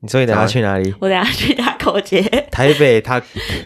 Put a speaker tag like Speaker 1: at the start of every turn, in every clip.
Speaker 1: 你说你等下去哪里？
Speaker 2: 我等下去打口节，
Speaker 1: 台北 塔，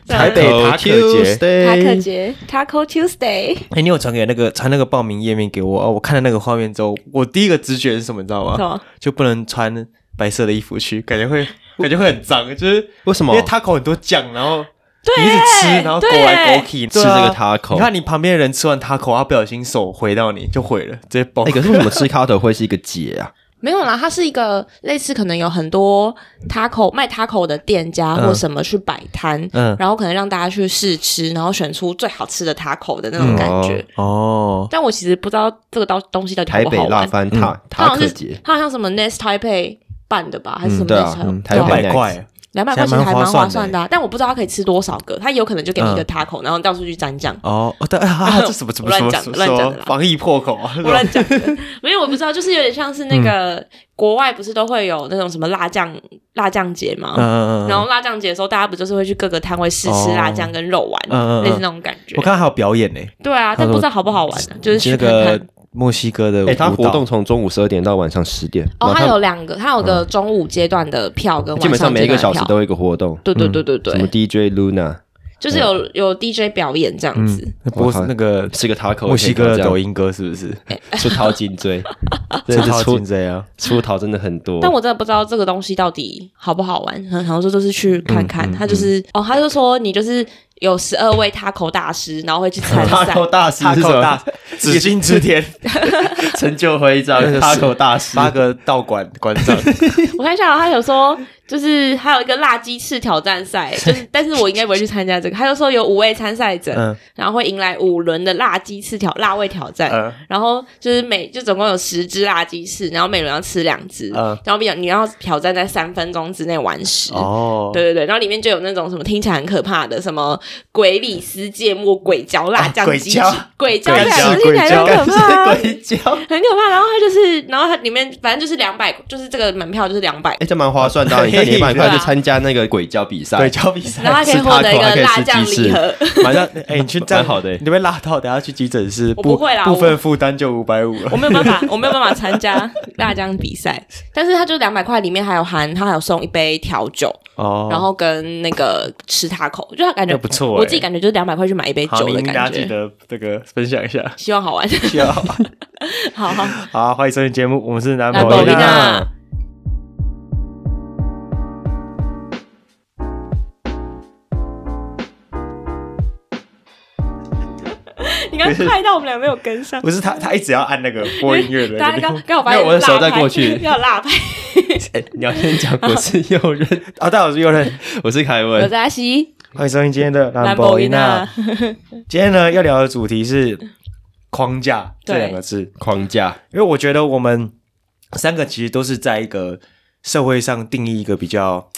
Speaker 1: 台北
Speaker 3: 哦
Speaker 1: 塔可节。
Speaker 2: 塔可
Speaker 3: 节，
Speaker 2: 节 Taco Tuesday，
Speaker 1: 哎、你有传给那个传那个报名页面给我哦，我看了那个画面之后，我第一个直觉是什么，你知道
Speaker 2: 什
Speaker 1: 吗？
Speaker 2: 么？
Speaker 1: 就不能穿白色的衣服去，感觉 会感觉会很脏，就是
Speaker 3: 为什
Speaker 1: 因
Speaker 3: 么
Speaker 1: 为 taco 很多酱，然后
Speaker 2: 对
Speaker 1: 你一直吃，然后勾来勾去
Speaker 3: 吃这个 taco
Speaker 1: 啊你看你旁边的人吃完 taco，他不小心手回到你就毁了，直接崩。
Speaker 3: 哎、可是为什么吃 taco 会是一个节 啊？
Speaker 2: 没有啦，它是一个类似可能有很多 taco 卖 taco 的店家
Speaker 1: 嗯
Speaker 2: 或什么去摆摊，
Speaker 1: 嗯
Speaker 2: 然后可能让大家去试吃，然后选出最好吃的 taco 的那种感觉。
Speaker 1: 哦，
Speaker 2: 但我其实不知道这个东东西到底好
Speaker 3: 台
Speaker 2: 不
Speaker 3: 北
Speaker 2: 好
Speaker 3: 辣
Speaker 2: 玩，
Speaker 3: 番
Speaker 1: 嗯
Speaker 3: 塔
Speaker 2: 它
Speaker 3: 塔
Speaker 2: 好像
Speaker 3: 可
Speaker 2: 是
Speaker 3: 节，
Speaker 2: 它好像什么 Nest Taipei 办的吧，还是
Speaker 3: 嗯
Speaker 2: 什么
Speaker 3: 对
Speaker 2: Nest
Speaker 3: 啊
Speaker 2: Taipei？
Speaker 3: 嗯台
Speaker 2: 对啊
Speaker 1: 两
Speaker 3: 北
Speaker 1: 百
Speaker 3: Next
Speaker 1: 块，
Speaker 2: 两百
Speaker 1: 其实
Speaker 2: 块钱还
Speaker 1: 蛮划
Speaker 2: 蛮划
Speaker 1: 算的
Speaker 2: 算的啊、嗯但我不知道它可以吃多少个，它有可能就给你一个 taco，、然后到处去沾酱。
Speaker 1: 哦，哦对啊，这什么什么什么
Speaker 2: 乱讲
Speaker 1: 什么
Speaker 2: 乱讲的啦
Speaker 1: 防疫破口 啊？
Speaker 2: 我乱讲的， 没有，我不知道，就是有点像是那个、国外不是都会有那种什么辣酱辣酱节吗？
Speaker 1: 嗯嗯嗯，
Speaker 2: 然后辣酱节的时候，大家不就是会去各个摊位试吃
Speaker 1: 哦
Speaker 2: 辣酱跟肉丸，
Speaker 1: 嗯嗯嗯
Speaker 2: 类似那种感觉
Speaker 1: 我。看还有表演呢，
Speaker 2: 对啊，
Speaker 1: 他
Speaker 2: 但
Speaker 1: 说
Speaker 2: 不知道好不好玩呢、就是去
Speaker 1: 那
Speaker 2: 看看
Speaker 1: 个。墨西哥的舞
Speaker 3: 哎、它活
Speaker 1: 蹈
Speaker 3: 动从中午十二点到晚上十点，
Speaker 2: 哦，
Speaker 3: 然后
Speaker 2: 它有两个，它有个中午阶段的票跟晚
Speaker 3: 基本上每一个
Speaker 2: 阶段的
Speaker 3: 小时
Speaker 2: 票。
Speaker 3: 都有一嗯个活动，
Speaker 2: 对对对对啊对，
Speaker 3: 什么 DJ Luna
Speaker 2: 就是有有 DJ 表演这样子。
Speaker 1: 那不是那个
Speaker 3: 吃个 taco，
Speaker 1: 墨西哥的抖
Speaker 3: 音
Speaker 1: 音歌是不是？
Speaker 3: 出逃颈椎，
Speaker 1: 这
Speaker 3: 真的
Speaker 1: 套
Speaker 3: 是
Speaker 1: 近
Speaker 3: 出
Speaker 1: 这样。
Speaker 3: 出逃真的很多。
Speaker 2: 但我真的不知道这个东西到底好不好玩，然后说就是去看看。他就是哦，他就说你就是有十二位 taco 大师，然后会去参赛。
Speaker 3: 大
Speaker 1: 塔口大紫禁之天，
Speaker 3: 成就徽章
Speaker 1: 那个是
Speaker 3: 大师
Speaker 1: 八个道馆馆长，
Speaker 2: 我看一下哦，他有说就是还有一个辣鸡翅挑战赛， 就是但是我应该不会去参加这个。他就说有五位参赛者，
Speaker 1: 嗯
Speaker 2: 然后会迎来五轮的辣鸡翅挑辣味挑战。
Speaker 1: 嗯
Speaker 2: 然后就是每就总共有十只辣鸡翅，然后每轮要吃两只，
Speaker 1: 嗯
Speaker 2: 然后比较你要挑战在三分钟之内完食。
Speaker 1: 哦，
Speaker 2: 对对对，然后里面就有那种什么听起来很可怕的，什么鬼里斯芥末、鬼椒辣酱
Speaker 1: 啊鬼
Speaker 2: 鸡翅、
Speaker 1: 椒
Speaker 2: 鬼椒
Speaker 1: 鬼
Speaker 2: 辣
Speaker 1: 椒
Speaker 2: 酱，听起来就很可 怕啊，
Speaker 3: 鬼叫，
Speaker 2: 很可怕。然后它就是，然后它里面反正就是两百，就是这个门票就是两百
Speaker 3: 哎，这蛮划算的 啊，你看你蛮快去参加那个鬼叫比赛
Speaker 1: 鬼，椒比赛
Speaker 2: 然，后还可以获得一
Speaker 3: 吃 taco，还
Speaker 2: 个
Speaker 3: 可以吃
Speaker 2: 辣酱
Speaker 3: 鸡翅
Speaker 2: 礼盒。
Speaker 1: 马上哎，你去站
Speaker 3: 蛮好的
Speaker 1: 你被辣到，等下去急诊室，
Speaker 2: 我不会啦
Speaker 1: 部
Speaker 2: 我
Speaker 1: 分负担就五百五了
Speaker 2: 我。没有办法，我没有办法参加辣酱比赛，但是它就两百块里面还有含，它还有送一杯调酒，
Speaker 1: 哦
Speaker 2: 然后跟那个吃塔口，就它感觉
Speaker 1: 那不错欸
Speaker 2: 我自己感觉就是两百块去买一杯
Speaker 1: 好，
Speaker 2: 酒的
Speaker 1: 您大家
Speaker 2: 感
Speaker 1: 记
Speaker 2: 觉，
Speaker 1: 得这个分享一下。
Speaker 2: 希望好玩。
Speaker 1: 好，
Speaker 2: 好好，
Speaker 3: 啊
Speaker 1: 好，欢迎收听节目，我们是南
Speaker 2: 那
Speaker 1: 博
Speaker 2: 抖
Speaker 3: 宝
Speaker 2: 音
Speaker 3: 丽
Speaker 2: 啊
Speaker 3: 娜。
Speaker 2: 你刚刚害到我们俩没有跟上。
Speaker 1: 不是他，他一直要按那个播音乐的
Speaker 2: 大
Speaker 1: 那
Speaker 2: 家
Speaker 1: 个
Speaker 2: 刚刚好发
Speaker 3: 没
Speaker 2: 现
Speaker 3: 有我的手
Speaker 2: 辣
Speaker 3: 再
Speaker 2: 拍
Speaker 3: 过去
Speaker 2: 要辣拍。
Speaker 3: 哎你要先讲我 是右任，
Speaker 1: 啊，大家好，我是右任，
Speaker 3: 我是凯
Speaker 2: 我
Speaker 3: 文，
Speaker 2: 在西
Speaker 1: 欢迎收听今天 的
Speaker 2: 兰
Speaker 1: 博啊
Speaker 2: 博啊
Speaker 1: 伊
Speaker 2: 伊
Speaker 1: 娜
Speaker 2: 娜。，
Speaker 1: 今天呢，要聊的主题是框架这
Speaker 2: 对
Speaker 1: 两个字，
Speaker 3: 框架
Speaker 1: 因为我觉得我们三个其实都是在一个社会上定义一个比较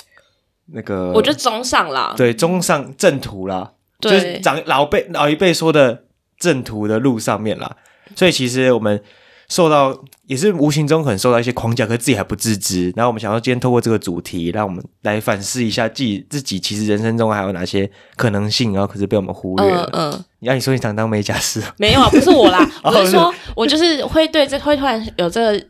Speaker 1: 那个，
Speaker 2: 我觉得中上啦。
Speaker 1: 对中上正途啦，就
Speaker 2: 对
Speaker 1: 是长老辈老一辈说的正途的路上面啦，所以其实我们受到也是无形中很受到一些框架，可是自己还不自知。然后我们想要今天透过这个主题，让我们来反思一下自己自己其实人生中还有哪些可能性，然后可是被我们忽略
Speaker 2: 嗯
Speaker 1: 了。
Speaker 2: 嗯，
Speaker 1: 要、你说你想当美甲师，
Speaker 2: 没有啊，不是我 啦，
Speaker 1: 哦
Speaker 2: 我是说，我就是会对这会突然有这个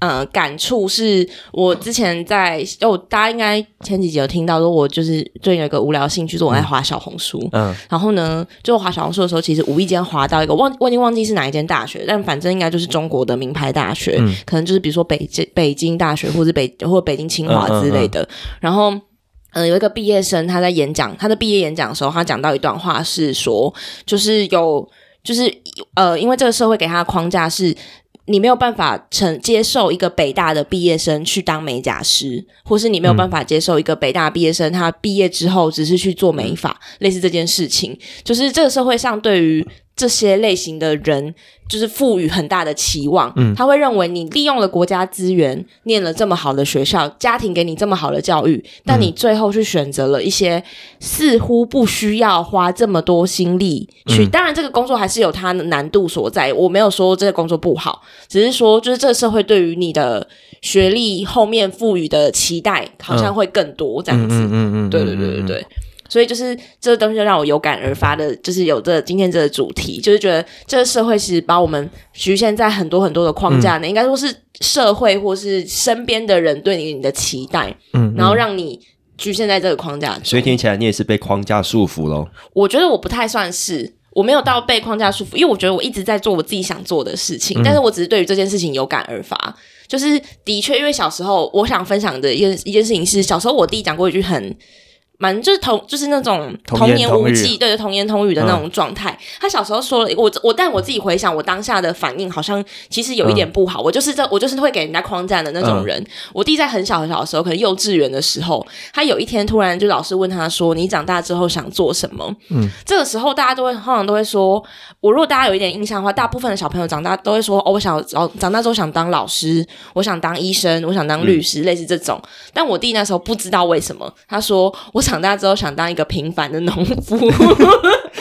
Speaker 2: 呃感触，是我之前在哦，大家应该前几集有听到说，我就是最近有一个无聊兴趣，是我在滑小红书，
Speaker 1: 嗯
Speaker 2: 然后呢，就滑小红书的时候，其实无意间滑到一个忘，我已经忘记是哪一间大学，但反正应该就是中国的名牌大学，
Speaker 1: 嗯
Speaker 2: 可能就是比如说北京北京大学，或是北或北京清华之类的。然后，嗯、有一个毕业生他在演讲，他的毕业演讲的时候，他讲到一段话是说，就是有就是呃，因为这个社会给他的框架是。你没有办法承接受一个北大的毕业生去当美甲师，或是你没有办法接受一个北大毕业生他毕业之后只是去做美发，类似这件事情，就是这个社会上对于这些类型的人，就是赋予很大的期望。嗯，他会认为你利用了国家资源，念了这么好的学校，家庭给你这么好的教育，但你最后去选择了一些似乎不需要花这么多心力去。当然，这个工作还是有它的难度所在，我没有说这个工作不好，只是说就是这个社会对于你的学历后面赋予的期待，好像会更多这样子。
Speaker 1: 嗯嗯嗯
Speaker 2: 对对对对对，所以就是这个东西就让我有感而发的，就是有这个今天这个主题，就是觉得这个社会其实把我们局限在很多很多的框
Speaker 1: 嗯
Speaker 2: 架内，应该说是社会或是身边的人对你的期待，
Speaker 1: 嗯
Speaker 2: 然后让你局限在这个框架中。
Speaker 3: 所以听起来你也是被框架束缚喽。
Speaker 2: 我觉得我不太算是，我没有到被框架束缚，因为我觉得我一直在做我自己想做的事
Speaker 1: 嗯
Speaker 2: 情，但是我只是对于这件事情有感而发。就是的确，因为小时候我想分享的一件一件事情是，小时候我弟讲过一句很。蛮就是同就是那种
Speaker 1: 童言
Speaker 2: 言
Speaker 1: 童
Speaker 2: 无
Speaker 1: 语嗯
Speaker 2: 忌，对童言童语的那种状态。他小时候说了，我我但我自己回想，我当下的反应好像其实有一点不好。我就是这，我就是会给人家框架的那种
Speaker 1: 嗯
Speaker 2: 人。我弟在很小很小的时候，可能幼稚园的时候，他有一天突然就老师问他说：“你长大之后想做什么？”这个时候大家都会通常都会说，我如果大家有一点印象的话，大部分的小朋友长大都会说，哦，我想长长大之后想当老师，我想当医生，我想当律师，类似这种。但我弟那时候不知道为什么，他说我长大之后想当一个平凡的农夫。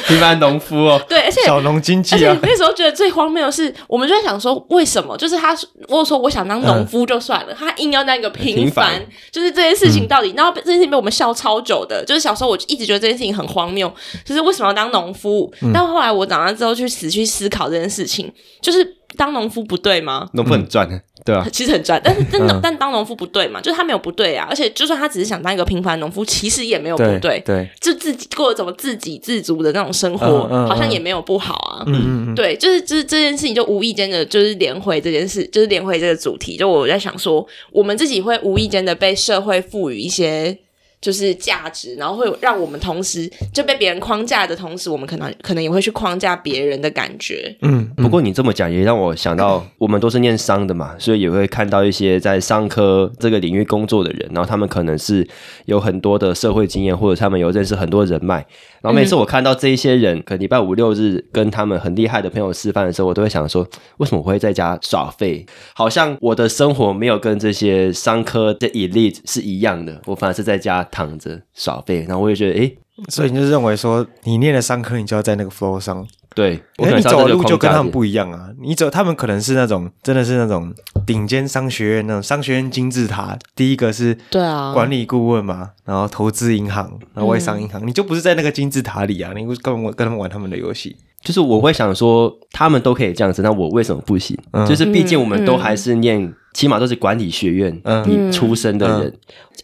Speaker 3: 平凡农夫哦，
Speaker 2: 对，而且
Speaker 1: 小农经
Speaker 2: 而
Speaker 1: 济
Speaker 2: 且
Speaker 1: 啊，
Speaker 2: 那时候觉得最荒谬的是，我们就在想说，为什么？就是他说，我说我想当农夫就算了，他硬要当一个平
Speaker 3: 平
Speaker 2: 凡，
Speaker 1: 哎
Speaker 3: 凡
Speaker 2: 就是这件事情到底，
Speaker 1: 嗯
Speaker 2: 然后被这件事情被我们笑超久的。就是小时候我一直觉得这件事情很荒谬，就是为什么要当农夫？
Speaker 1: 嗯
Speaker 2: 但后来我长大之后去死去思考这件事情，就是当农夫不对吗？
Speaker 3: 农夫很赚，对啊，
Speaker 2: 其实很赚，但是但
Speaker 1: 嗯
Speaker 2: 但当农夫不对嘛，就是他没有不对啊，而且就算他只是想当一个平凡农夫，其实也没有不
Speaker 1: 对
Speaker 2: 对，
Speaker 1: 对，
Speaker 2: 就自己过怎么自给自足的那种生活，
Speaker 1: 嗯嗯
Speaker 2: 好像
Speaker 1: 嗯
Speaker 2: 也没有不好啊。
Speaker 1: 嗯嗯嗯，
Speaker 2: 对，就是就是这件事情，就无意间的，就是连回这件事，就是连回这个主题。就我在想说，我们自己会无意间的被社会赋予一些就是价值，然后会让我们同时就被别人框架的同时，我们可能可能也会去框架别人的感觉。
Speaker 1: 嗯，
Speaker 3: 不过你这么讲也让我想到，我们都是念商的嘛，所以也会看到一些在商科这个领域工作的人，然后他们可能是有很多的社会经验，或者他们有认识很多人脉。然后每次我看到这一些人，可能礼拜五六日跟他们很厉害的朋友吃饭的时候，我都会想说，为什么我会在家耍废？好像我的生活没有跟这些商科的 elite 是一样的，我反而是在家躺着耍废。然后我就觉得，诶，
Speaker 1: 所以你就认为说，你念了商科，你就要在那个 flow 上，
Speaker 3: 对，我
Speaker 1: 可是
Speaker 3: 能
Speaker 1: 哎你
Speaker 3: 是
Speaker 1: 走的
Speaker 3: 要在这个
Speaker 1: 路就跟
Speaker 3: 框
Speaker 1: 他
Speaker 3: 架
Speaker 1: 们
Speaker 3: 里
Speaker 1: 不一样啊！你走，他们可能是那种真的是那种顶尖商学院那种商学院金字塔，第一个是
Speaker 2: 对啊
Speaker 1: 管理顾问嘛，然后投资银行，然后外商银行，
Speaker 2: 嗯
Speaker 1: 你就不是在那个金字塔里啊！你根本跟他们玩他们的游戏，
Speaker 3: 就是我会想说，他们都可以这样子，那我为什么不行？
Speaker 1: 嗯
Speaker 3: 就是毕竟我们都还是念，起码都是管理学院
Speaker 1: 嗯
Speaker 3: 你出身的人，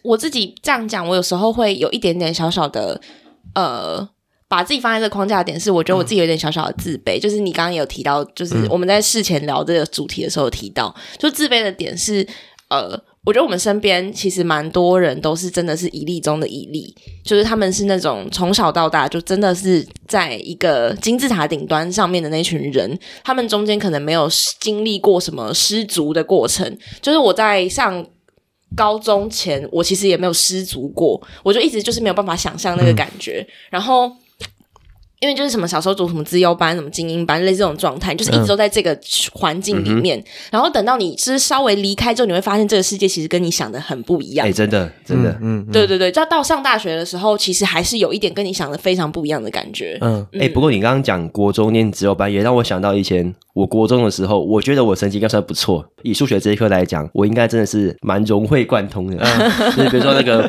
Speaker 2: 我自己这样讲，我有时候会有一点点小小的呃。把自己放在这个框架的点是，我觉得我自己有点小小的自卑，就是你刚刚有提到，就是我们在事前聊这个主题的时候有提到，就自卑的点是，呃，我觉得我们身边其实蛮多人都是真的是一例中的一例，就是他们是那种从小到大就真的是在一个金字塔顶端上面的那群人，他们中间可能没有经历过什么失足的过程，就是我在上高中前，我其实也没有失足过，我就一直就是没有办法想象那个感觉。然后，因为就是什么小时候读什么资优班、什么精英班，类似这种状态，就是一直都在这个环境里面。然后等到你就是稍微离开之后，你会发现这个世界其实跟你想的很不一样
Speaker 3: 哎、。真的真的，
Speaker 1: 嗯
Speaker 2: 对对对，就到上大学的时候，其实还是有一点跟你想的非常不一样的感觉。
Speaker 1: 嗯
Speaker 3: 哎、不过你刚刚讲国中念职优班，也让我想到以前我国中的时候，我觉得我成绩应该算不错。以数学这一科来讲，我应该真的是蛮融会贯通的，就是比如说 那个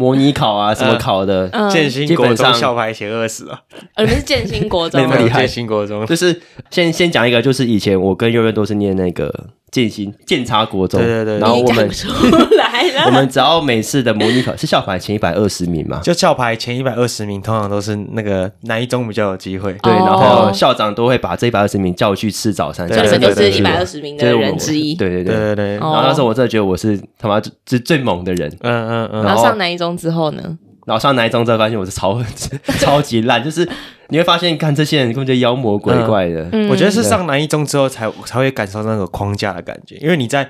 Speaker 3: 模拟考啊，什么考的，
Speaker 1: 嗯，建新国
Speaker 3: 基本
Speaker 1: 中
Speaker 3: 上
Speaker 1: 校牌写二十啊，
Speaker 2: 呃，你们是建新国 中
Speaker 3: 那，么厉害
Speaker 1: 建新国中，
Speaker 3: 就是先先讲一个，就是以前我跟悠悠都是念那个建新建察国中，
Speaker 1: 对对对
Speaker 3: 然后
Speaker 2: 你
Speaker 3: 我
Speaker 2: 讲
Speaker 3: 们
Speaker 2: 不出来了。
Speaker 3: 我们只要每次的模拟考是校牌前一百二十 名嘛，
Speaker 1: 就校牌前一百二十名，通常都是那个哪一中比较有机会？
Speaker 3: 对，然后
Speaker 2: 哦
Speaker 3: 校长都会把这一百二十名叫去吃早餐，
Speaker 1: 对
Speaker 2: 所以
Speaker 1: 对
Speaker 2: 你
Speaker 1: 对
Speaker 2: 就是
Speaker 1: 对
Speaker 2: 一
Speaker 1: 对
Speaker 2: 百二十名
Speaker 3: 这
Speaker 2: 的
Speaker 3: 是我
Speaker 2: 人之一。
Speaker 3: 对对
Speaker 1: 对
Speaker 3: 对。
Speaker 1: 对对，嗯
Speaker 3: 然
Speaker 2: 哦
Speaker 3: 后那时候我真的觉得我是他妈最最猛的人，
Speaker 1: 嗯嗯，
Speaker 2: 然后
Speaker 3: 然后
Speaker 2: 上南一中之后呢？
Speaker 3: 然后上哪一中之后发现我是超 超级烂，就是你会发现，看这些人根本就妖魔鬼怪的，
Speaker 2: 嗯
Speaker 1: 我觉得是上南一中之后才才会感受到那个框架的感觉，因为你在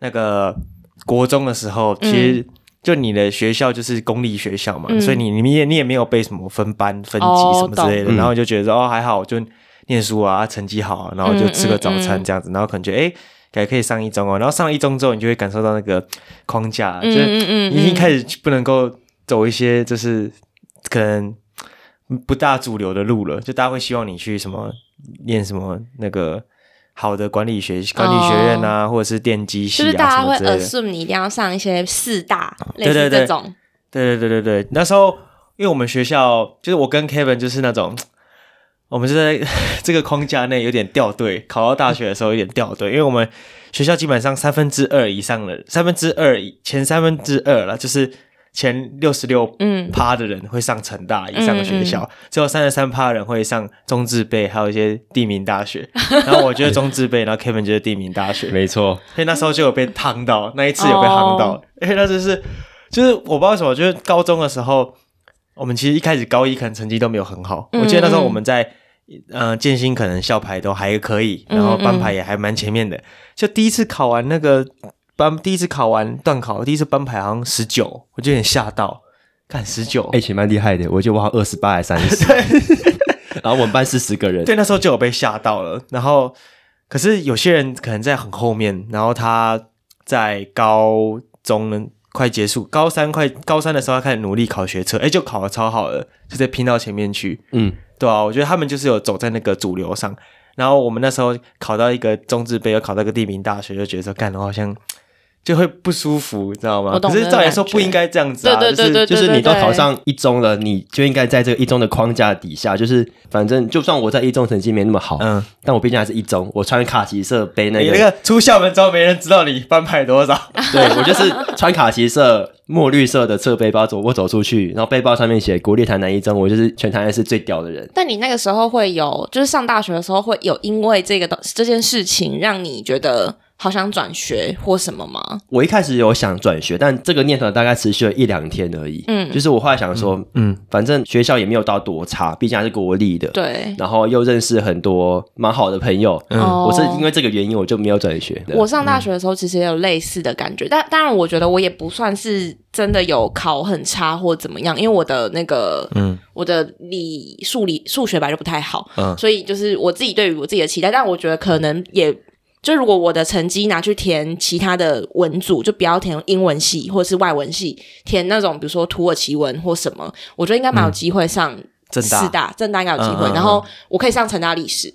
Speaker 1: 那个国中的时候，其实就你的学校就是公立学校嘛，
Speaker 2: 嗯
Speaker 1: 所以你你也你也没有被什么分班分级
Speaker 2: 哦
Speaker 1: 什么之类的，
Speaker 3: 懂
Speaker 1: 然后就觉得哦还好，就念书啊成绩好啊，然后就吃个早餐这样
Speaker 2: 嗯
Speaker 1: 子，然后感觉哎。改可以上一中哦，然后上了一中之后，你就会感受到那个框架，啊就
Speaker 2: 嗯
Speaker 1: 是
Speaker 2: 嗯嗯嗯
Speaker 1: 你已经开始不能够走一些就是可能不大主流的路了，就大家会希望你去什么念什么那个好的管理学管理学院啊，或者是电机系
Speaker 2: 哦就
Speaker 1: 啊
Speaker 2: 是大
Speaker 1: 什
Speaker 2: 家会
Speaker 1: 么之类的。啊
Speaker 2: assume 你一定要上一些四大类
Speaker 1: 对
Speaker 2: 似
Speaker 1: 对对
Speaker 2: 这种，
Speaker 1: 对对对对对，那时候因为我们学校就是我跟 Kevin 就是那种，我们是在 这个框架内有点掉队，考到大学的时候有点掉队，因为我们学校基本上三分之二以上的三分之二以前三分之二了，就是前六十六
Speaker 2: 嗯
Speaker 1: 趴的人会上成大以上的学校，只有三十三趴的人会上中智备，还有一些地名大学。然后我就是中智备，然后 Kevin 就是地名大学，
Speaker 3: 没错，
Speaker 1: 所以那时候就有被烫到，那一次有被烫到，
Speaker 2: 哦
Speaker 1: 因为那就是就是我不知道为什么，就是高中的时候，我们其实一开始高一可能成绩都没有很好，
Speaker 2: 嗯
Speaker 1: 我记得那时候我们在。呃，建新可能校排都还可以，然
Speaker 2: 嗯
Speaker 1: 后班排也还蛮前面的。就第一次考完那个班，第一次考完段考，第一次班排好像十九，我就有点吓到，看十九，
Speaker 3: 哎，其实蛮厉害的，我觉得我好像二十八还三十，然后我们班四十个人，
Speaker 1: 对，那时候就有被吓到了。然后，可是有些人可能在很后面，然后他在高中快结束，高三快高三的时候，他开始努力考学测，哎，就考的超好了，就在拼到前面去。
Speaker 3: 嗯，
Speaker 1: 对啊，我觉得他们就是有走在那个主流上。然后我们那时候考到一个中字辈，又考到一个地名大学，就觉得说，干，我好像就会不舒服，你知道吗
Speaker 2: 我？懂
Speaker 1: 可是
Speaker 2: 那个
Speaker 1: 照理
Speaker 2: 感
Speaker 1: 说不
Speaker 2: 觉
Speaker 1: 应该这样子啊，
Speaker 2: 对对
Speaker 1: 就是
Speaker 2: 对对
Speaker 3: 就是你都考上一中了，你就应该在这个一中的框架底下，就是反正就算我在一中成绩没那么好，
Speaker 1: 嗯，
Speaker 3: 但我毕竟还是一中，我穿卡其色背那
Speaker 1: 你
Speaker 3: 个，
Speaker 1: 那个出校门之后，没人知道你班排多少。
Speaker 2: 啊
Speaker 3: 对我就是穿卡其色、墨绿色的侧背包走，我走出去，然后背包上面写国立台南一中，我就是全台南是最屌的人。
Speaker 2: 但你那个时候会有，就是上大学的时候会有因为这个东这件事情让你觉得好想转学或什么吗？
Speaker 3: 我一开始有想转学，但这个念头大概持续了一两天而已。
Speaker 2: 嗯
Speaker 3: 就是我后来想说，
Speaker 1: 嗯
Speaker 3: 嗯，反正学校也没有到多差，毕竟还是国立的。
Speaker 2: 对，
Speaker 3: 然后又认识很多蛮好的朋友，
Speaker 1: 嗯
Speaker 2: 哦
Speaker 3: 我是因为这个原因我就没有转学。
Speaker 2: 我上大学的时候其实也有类似的感觉，但当然我觉得我也不算是真的有考很差或怎么样，因为我的那个
Speaker 1: 嗯
Speaker 2: 我的理数理数学本来就不太好，
Speaker 1: 嗯
Speaker 2: 所以就是我自己对于我自己的期待，但我觉得可能也。就如果我的成绩拿去填其他的文组，就不要填英文系或是外文系，填那种比如说土耳其文或什么，我觉得应该蛮有机会上
Speaker 1: 正大
Speaker 2: 四大，正大应该有机
Speaker 1: 嗯
Speaker 2: 会。
Speaker 1: 嗯嗯
Speaker 2: 然后我可以上成大历史，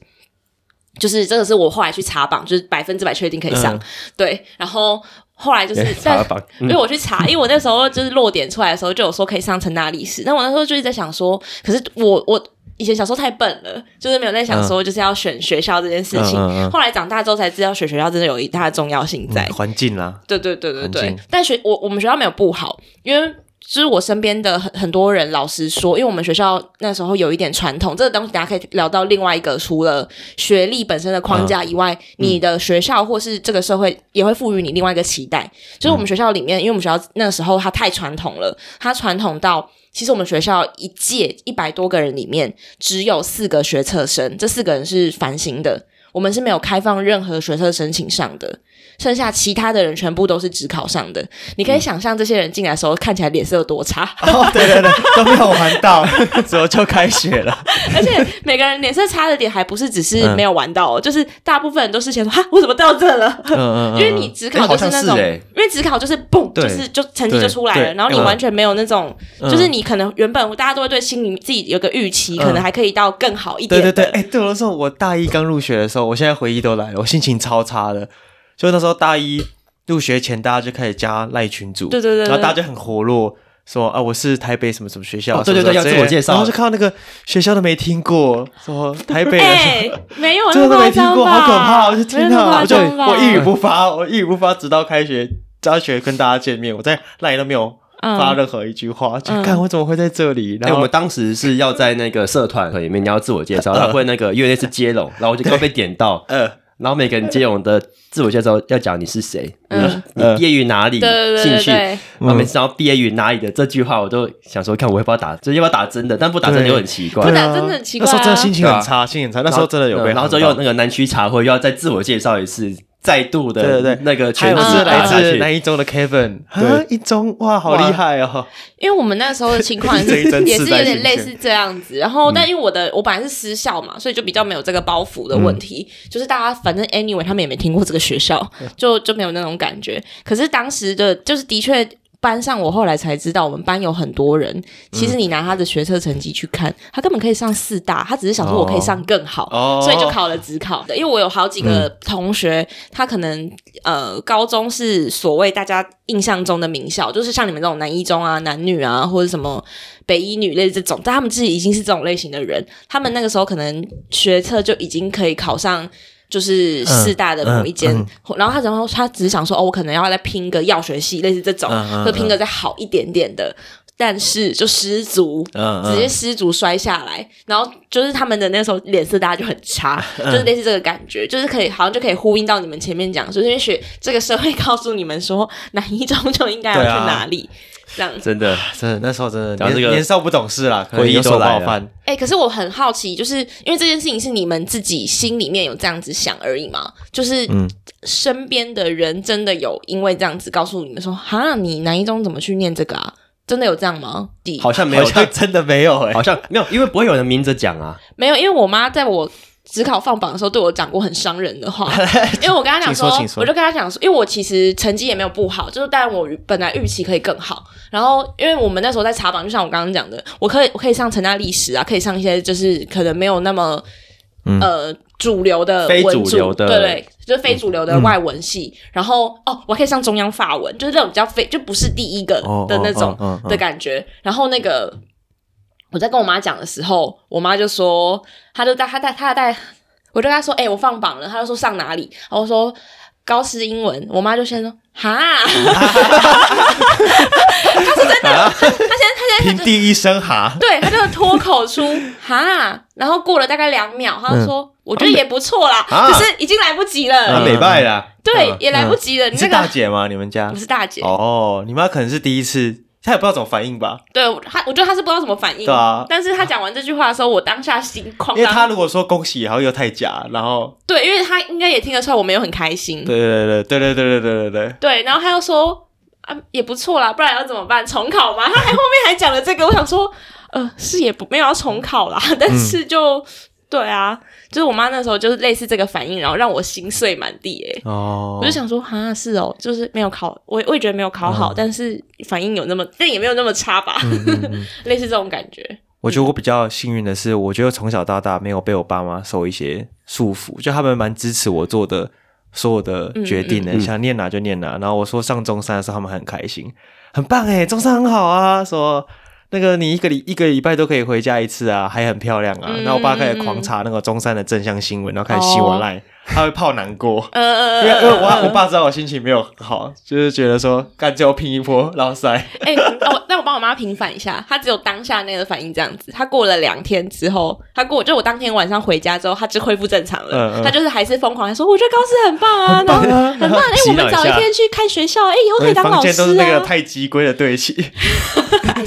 Speaker 2: 就是这个是我后来去查榜，就是百分之百确定可以上。
Speaker 1: 嗯
Speaker 2: 对，然后后来 就是
Speaker 3: 查
Speaker 2: 但
Speaker 3: 榜
Speaker 2: 因为我去查，因为我那时候就是落点出来的时候就有说可以上成大历史，但我那时候就一直在想说，可是我我。以前小时候太笨了，就是没有在想说就是要选学校这件事情。
Speaker 1: 嗯嗯嗯嗯
Speaker 2: 后来长大之后才知道，选学校真的有一大重要性在。
Speaker 1: 嗯环境啦，
Speaker 2: 对对对对
Speaker 1: 环
Speaker 2: 对
Speaker 1: 境，
Speaker 2: 但学我我们学校没有不好，因为就是我身边的很很多人，老实说，因为我们学校那时候有一点传统，这个东西大家可以聊到另外一个，除了学历本身的框架以外，你的学校或是这个社会也会赋予你另外一个期待。就是我们学校里面，因为我们学校那时候它太传统了，它传统到。其实我们学校一届一百多个人里面，只有四个学测生，这四个人是繁星的，我们是没有开放任何学测申请上的。剩下其他的人全部都是只考上的。你
Speaker 1: 嗯
Speaker 2: 可以想象这些人进来的时候看起来脸色有多差，
Speaker 1: 哦，对对对，都没有玩到，之后就开学 了。
Speaker 2: 而 且每个人脸色差的点还不是只是
Speaker 1: 嗯
Speaker 2: 没有玩到、哦，就是大部分人都是想说哈，我怎么到这了？
Speaker 1: 嗯嗯
Speaker 2: 因为你只考
Speaker 3: 哎好
Speaker 2: 就
Speaker 3: 像
Speaker 2: 是那
Speaker 3: 是
Speaker 2: 种，
Speaker 3: 哎
Speaker 2: 因为只考就是嘣，
Speaker 1: 欸对
Speaker 2: 就是就成绩就出来
Speaker 1: 对
Speaker 2: 了，
Speaker 1: 对
Speaker 2: 然后你
Speaker 1: 嗯
Speaker 2: 完全没有那种，
Speaker 1: 嗯
Speaker 2: 就是你可能原本大家都会对心里自己有个预期，
Speaker 1: 嗯
Speaker 2: 可能还可以到更好一点
Speaker 1: 对
Speaker 2: 的。
Speaker 1: 对对，哎、对我来说，我大一刚入学的时候，我现在回忆都来了，我心情超差的。就那时候大一入学前，大家就开始加赖群组，
Speaker 2: 对对对对
Speaker 1: 然后大家就很活络。说啊，我是台北什么什么学校，
Speaker 3: 哦对对
Speaker 1: 什么
Speaker 3: 对
Speaker 1: 什么
Speaker 3: 要自我介绍
Speaker 1: 然后就看到那个学校都没听过，说台北人，
Speaker 2: 哎、没有
Speaker 1: 真
Speaker 2: 那
Speaker 1: 的都
Speaker 2: 么夸
Speaker 1: 没听
Speaker 2: 张
Speaker 1: 过，
Speaker 2: 吧？
Speaker 1: 好可怕！我就
Speaker 2: 没
Speaker 1: 听
Speaker 2: 有那么
Speaker 1: 到，
Speaker 2: 夸
Speaker 1: 我就
Speaker 2: 张吧
Speaker 1: 我一语不发，我一语不发，直到开学，大学跟大家见面，我在赖都没有
Speaker 2: 嗯
Speaker 1: 发任何一句话，就看我怎么会在这里。
Speaker 3: 哎、
Speaker 1: 然后
Speaker 3: 我们当时是要在那个社团里面，你要自我介
Speaker 2: 呃
Speaker 3: 绍，然后会那个因为那是接龙，然后我就刚被点到，
Speaker 1: 呃，
Speaker 3: 然后每个人接龙的自我介绍要讲你是谁，
Speaker 2: 嗯
Speaker 3: 你你毕业于哪里，
Speaker 2: 对对对
Speaker 3: 兴
Speaker 2: 对
Speaker 1: 嗯
Speaker 3: 趣，
Speaker 2: 对
Speaker 3: 然后每次要毕业于哪里的这句话，我都想说，看我要不要打，就是要不要打真的，但不打真的
Speaker 1: 对
Speaker 3: 又很奇怪
Speaker 2: 不。
Speaker 1: 对
Speaker 2: 打
Speaker 1: 啊
Speaker 2: 真的很奇怪啊
Speaker 1: 那时候真的心情很差，心情很差。那时候真的有被喊
Speaker 3: 嗯
Speaker 1: 到，
Speaker 3: 然后之后又那个南区茶会又要再自我介绍一次，再度的
Speaker 1: 对对对
Speaker 3: 那个
Speaker 1: 还
Speaker 3: 全
Speaker 1: 有
Speaker 3: 部
Speaker 1: 是来
Speaker 3: 打下
Speaker 1: 自
Speaker 3: 去。
Speaker 1: 南一中的 Kevin，啊
Speaker 3: 对，
Speaker 1: 一中哇，好厉害哦！
Speaker 2: 因为我们那时候的情况也
Speaker 1: 这一针
Speaker 2: 是也
Speaker 1: 刺
Speaker 2: 是
Speaker 1: 在
Speaker 2: 有点
Speaker 1: 心嗯
Speaker 2: 类
Speaker 1: 间
Speaker 2: 似这样子，然后但因为我的我本来是私校嘛，所以就比较没有这个包袱的问题，
Speaker 1: 嗯
Speaker 2: 就是大家反正 anyway 他们也没听过这个学校，就就没有那种感觉。可是当时的就是的确。班上，我后来才知道，我们班有很多人，
Speaker 1: 嗯
Speaker 2: 其实你拿他的学测成绩去看，他根本可以上四大，他只是想说我可以上更好，
Speaker 1: 哦嗯
Speaker 2: 所以就考了职考。因为我有好几个同学，他可能呃高中是所谓大家印象中的名校，就是像你们这种男一中啊、男女啊，或者什么北一女类这种，但他们自己已经是这种类型的人，他们那个时候可能学测就已经可以考上。就是四大的某一间，
Speaker 1: 嗯嗯
Speaker 2: 然后他然后他只是想说，哦，我可能要再拼个药学系，类似这种，
Speaker 1: 嗯嗯
Speaker 2: 会拼个再好一点点的，但是就失足，
Speaker 1: 嗯
Speaker 2: 直接失足摔下来，然后就是他们的那时候脸色大家就很差，
Speaker 1: 嗯
Speaker 2: 就是类似这个感觉，就是可以好像就可以呼应到你们前面讲，就是因为学这个社会告诉你们说，哪一中就应该要
Speaker 1: 对啊
Speaker 2: 去哪里。这样，
Speaker 3: 真的，
Speaker 1: 真的那时候真的
Speaker 3: 讲
Speaker 1: 年
Speaker 3: 这个
Speaker 1: 年少不懂事啦，可能
Speaker 3: 回忆
Speaker 1: 有
Speaker 3: 都
Speaker 1: 手不
Speaker 3: 来啊
Speaker 1: 好
Speaker 3: 了
Speaker 1: 翻。
Speaker 2: 哎、可是我很好奇，就是因为这件事情是你们自己心里面有这样子想而已嘛，就是
Speaker 1: 嗯
Speaker 2: 身边的人真的有因为这样子告诉你们说，哈，你南一中怎么去念这个啊？真的有这样吗？第
Speaker 3: 好像没有，
Speaker 1: 好像真的没有哎、
Speaker 3: 好像没有，因为不会有人明着讲啊。
Speaker 2: 没有，因为我妈在我职考放榜的时候对我讲过很伤人的话，因为我跟她讲
Speaker 1: 请说请说
Speaker 2: 我就跟她讲说，因为我其实成绩也没有不好，就是但我本来预期可以更好，然后因为我们那时候在查榜，就像我刚刚讲的，我可以我可以上成大历史啊，可以上一些就是可能没有那么、呃主流的
Speaker 3: 非
Speaker 2: 文
Speaker 3: 主
Speaker 2: 组
Speaker 3: 流的
Speaker 2: 对对。就是非主流的
Speaker 1: 嗯
Speaker 2: 外文系，然后哦，我还可以上中央法文，就是那种比较非，就不是第一个
Speaker 1: 哦
Speaker 2: 的那种
Speaker 1: 哦哦哦
Speaker 2: 的感觉。然后那个我在跟我妈讲的时候，我妈就说，她就带她带她带，我就跟她说，哎、我放榜了，她就说上哪里，然后我说高师英文，我妈就先说，哈，她是真的，她她现在她现在
Speaker 1: 啊平地一声哈，
Speaker 2: 对，她就脱口出哈，然后过了大概两秒，她就说。我觉得也不错啦，
Speaker 3: 啊
Speaker 2: 可是已经来不及了，
Speaker 1: 嗯啊
Speaker 3: 嗯
Speaker 1: 美拜啦。
Speaker 2: 对，
Speaker 3: 嗯
Speaker 2: 也来不及了。
Speaker 1: 你
Speaker 2: 你
Speaker 1: 是
Speaker 2: 这
Speaker 1: 大
Speaker 2: 个
Speaker 1: 姐吗？你们家
Speaker 2: 我？是大姐，
Speaker 1: 哦，你妈可能是第一次，她也不知道怎么反应吧？
Speaker 2: 对我她，我觉得她是不知道怎么反应。
Speaker 1: 对啊
Speaker 2: 但是她讲完这句话的时候，我哦当下心旷
Speaker 1: 因为她
Speaker 2: 然。
Speaker 1: 如果说恭喜，然后又太假，然后
Speaker 2: 对，因为她应该也听得出来我没有很开心。
Speaker 1: 对对对对对对对对对
Speaker 2: 对，然后他又说啊，也不错啦，不然要怎么办？重考吗？他还后面还讲了这个，我想说，呃，是也不没有要重考啦，
Speaker 1: 嗯
Speaker 2: 但是就、对啊，就是我妈那时候就是类似这个反应，然后让我心碎满地哎、
Speaker 1: 对，哦
Speaker 2: 我就想说，哈，是哦，就是没有考，我也我也觉得没有考
Speaker 1: 嗯
Speaker 2: 好，但是反应有那么，但也没有那么差吧，
Speaker 1: 嗯
Speaker 2: 类似这种感觉。
Speaker 1: 我觉得我比较幸运的是，我觉得从小到大没有被我爸妈受一些束缚，就他们蛮支持我做的所有的决定的，
Speaker 3: 嗯嗯
Speaker 1: 想念哪就念哪。然后我说上中山的时候，他们很开心，很棒哎，中山很好啊，说。那个你一个礼一个礼拜都可以回家一次啊，还很漂亮啊。
Speaker 2: 嗯
Speaker 1: 然后我爸开始狂查那个中山的正向新闻，然后开始洗我
Speaker 2: 哦
Speaker 1: 赖，他会泡难过。
Speaker 2: 呃呃，
Speaker 1: 因为
Speaker 2: 呃
Speaker 1: 因为我我爸知道我心情没有很好，就是觉得说干就拼一波，老塞。
Speaker 2: 哎、哦，那我帮我妈平反一下，她只有当下那个反应这样子。她过了两天之后，她过就我当天晚上回家之后，她就恢复正常了。
Speaker 1: 嗯嗯
Speaker 2: 她就是还是疯狂，她说我觉得高师很棒啊，然后 很棒，哎、
Speaker 3: 洗
Speaker 2: 我
Speaker 3: 脑
Speaker 2: 们
Speaker 3: 一
Speaker 2: 早一
Speaker 3: 下
Speaker 2: 天去看学校，哎、以后可以当
Speaker 1: 房
Speaker 2: 老
Speaker 1: 间都是
Speaker 2: 师
Speaker 1: 那个
Speaker 2: 啊。
Speaker 1: 太极龟的对齐，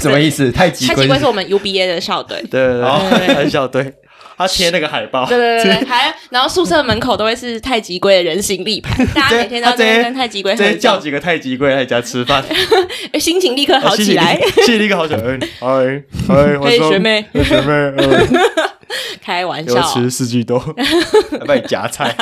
Speaker 3: 什么意思？太极
Speaker 2: 哎太
Speaker 3: 龟
Speaker 2: 奇怪是我们 UBA 的校队。
Speaker 1: 对对对，
Speaker 2: 对
Speaker 1: 很小队，哦他贴那个海报，
Speaker 2: 对对对对，还然后宿舍门口都会是太极龟的人形 立牌，大家每天都
Speaker 1: 他
Speaker 2: 要
Speaker 1: 直
Speaker 2: 在
Speaker 1: 接
Speaker 2: 那边跟太极龟
Speaker 1: 直接
Speaker 2: 合
Speaker 1: 叫
Speaker 2: 照，
Speaker 1: 几个太极龟来你家吃饭，
Speaker 2: 哎心情立刻 好起 来。
Speaker 1: 哦心里，心里一个好想， 嗯，哎哎，我
Speaker 2: 嘿，
Speaker 1: 说
Speaker 2: 学，妹，
Speaker 1: 哎学妹， 嗯
Speaker 2: 开玩
Speaker 1: 给我
Speaker 2: 笑，
Speaker 1: 吃四季 豆，还帮你夹菜，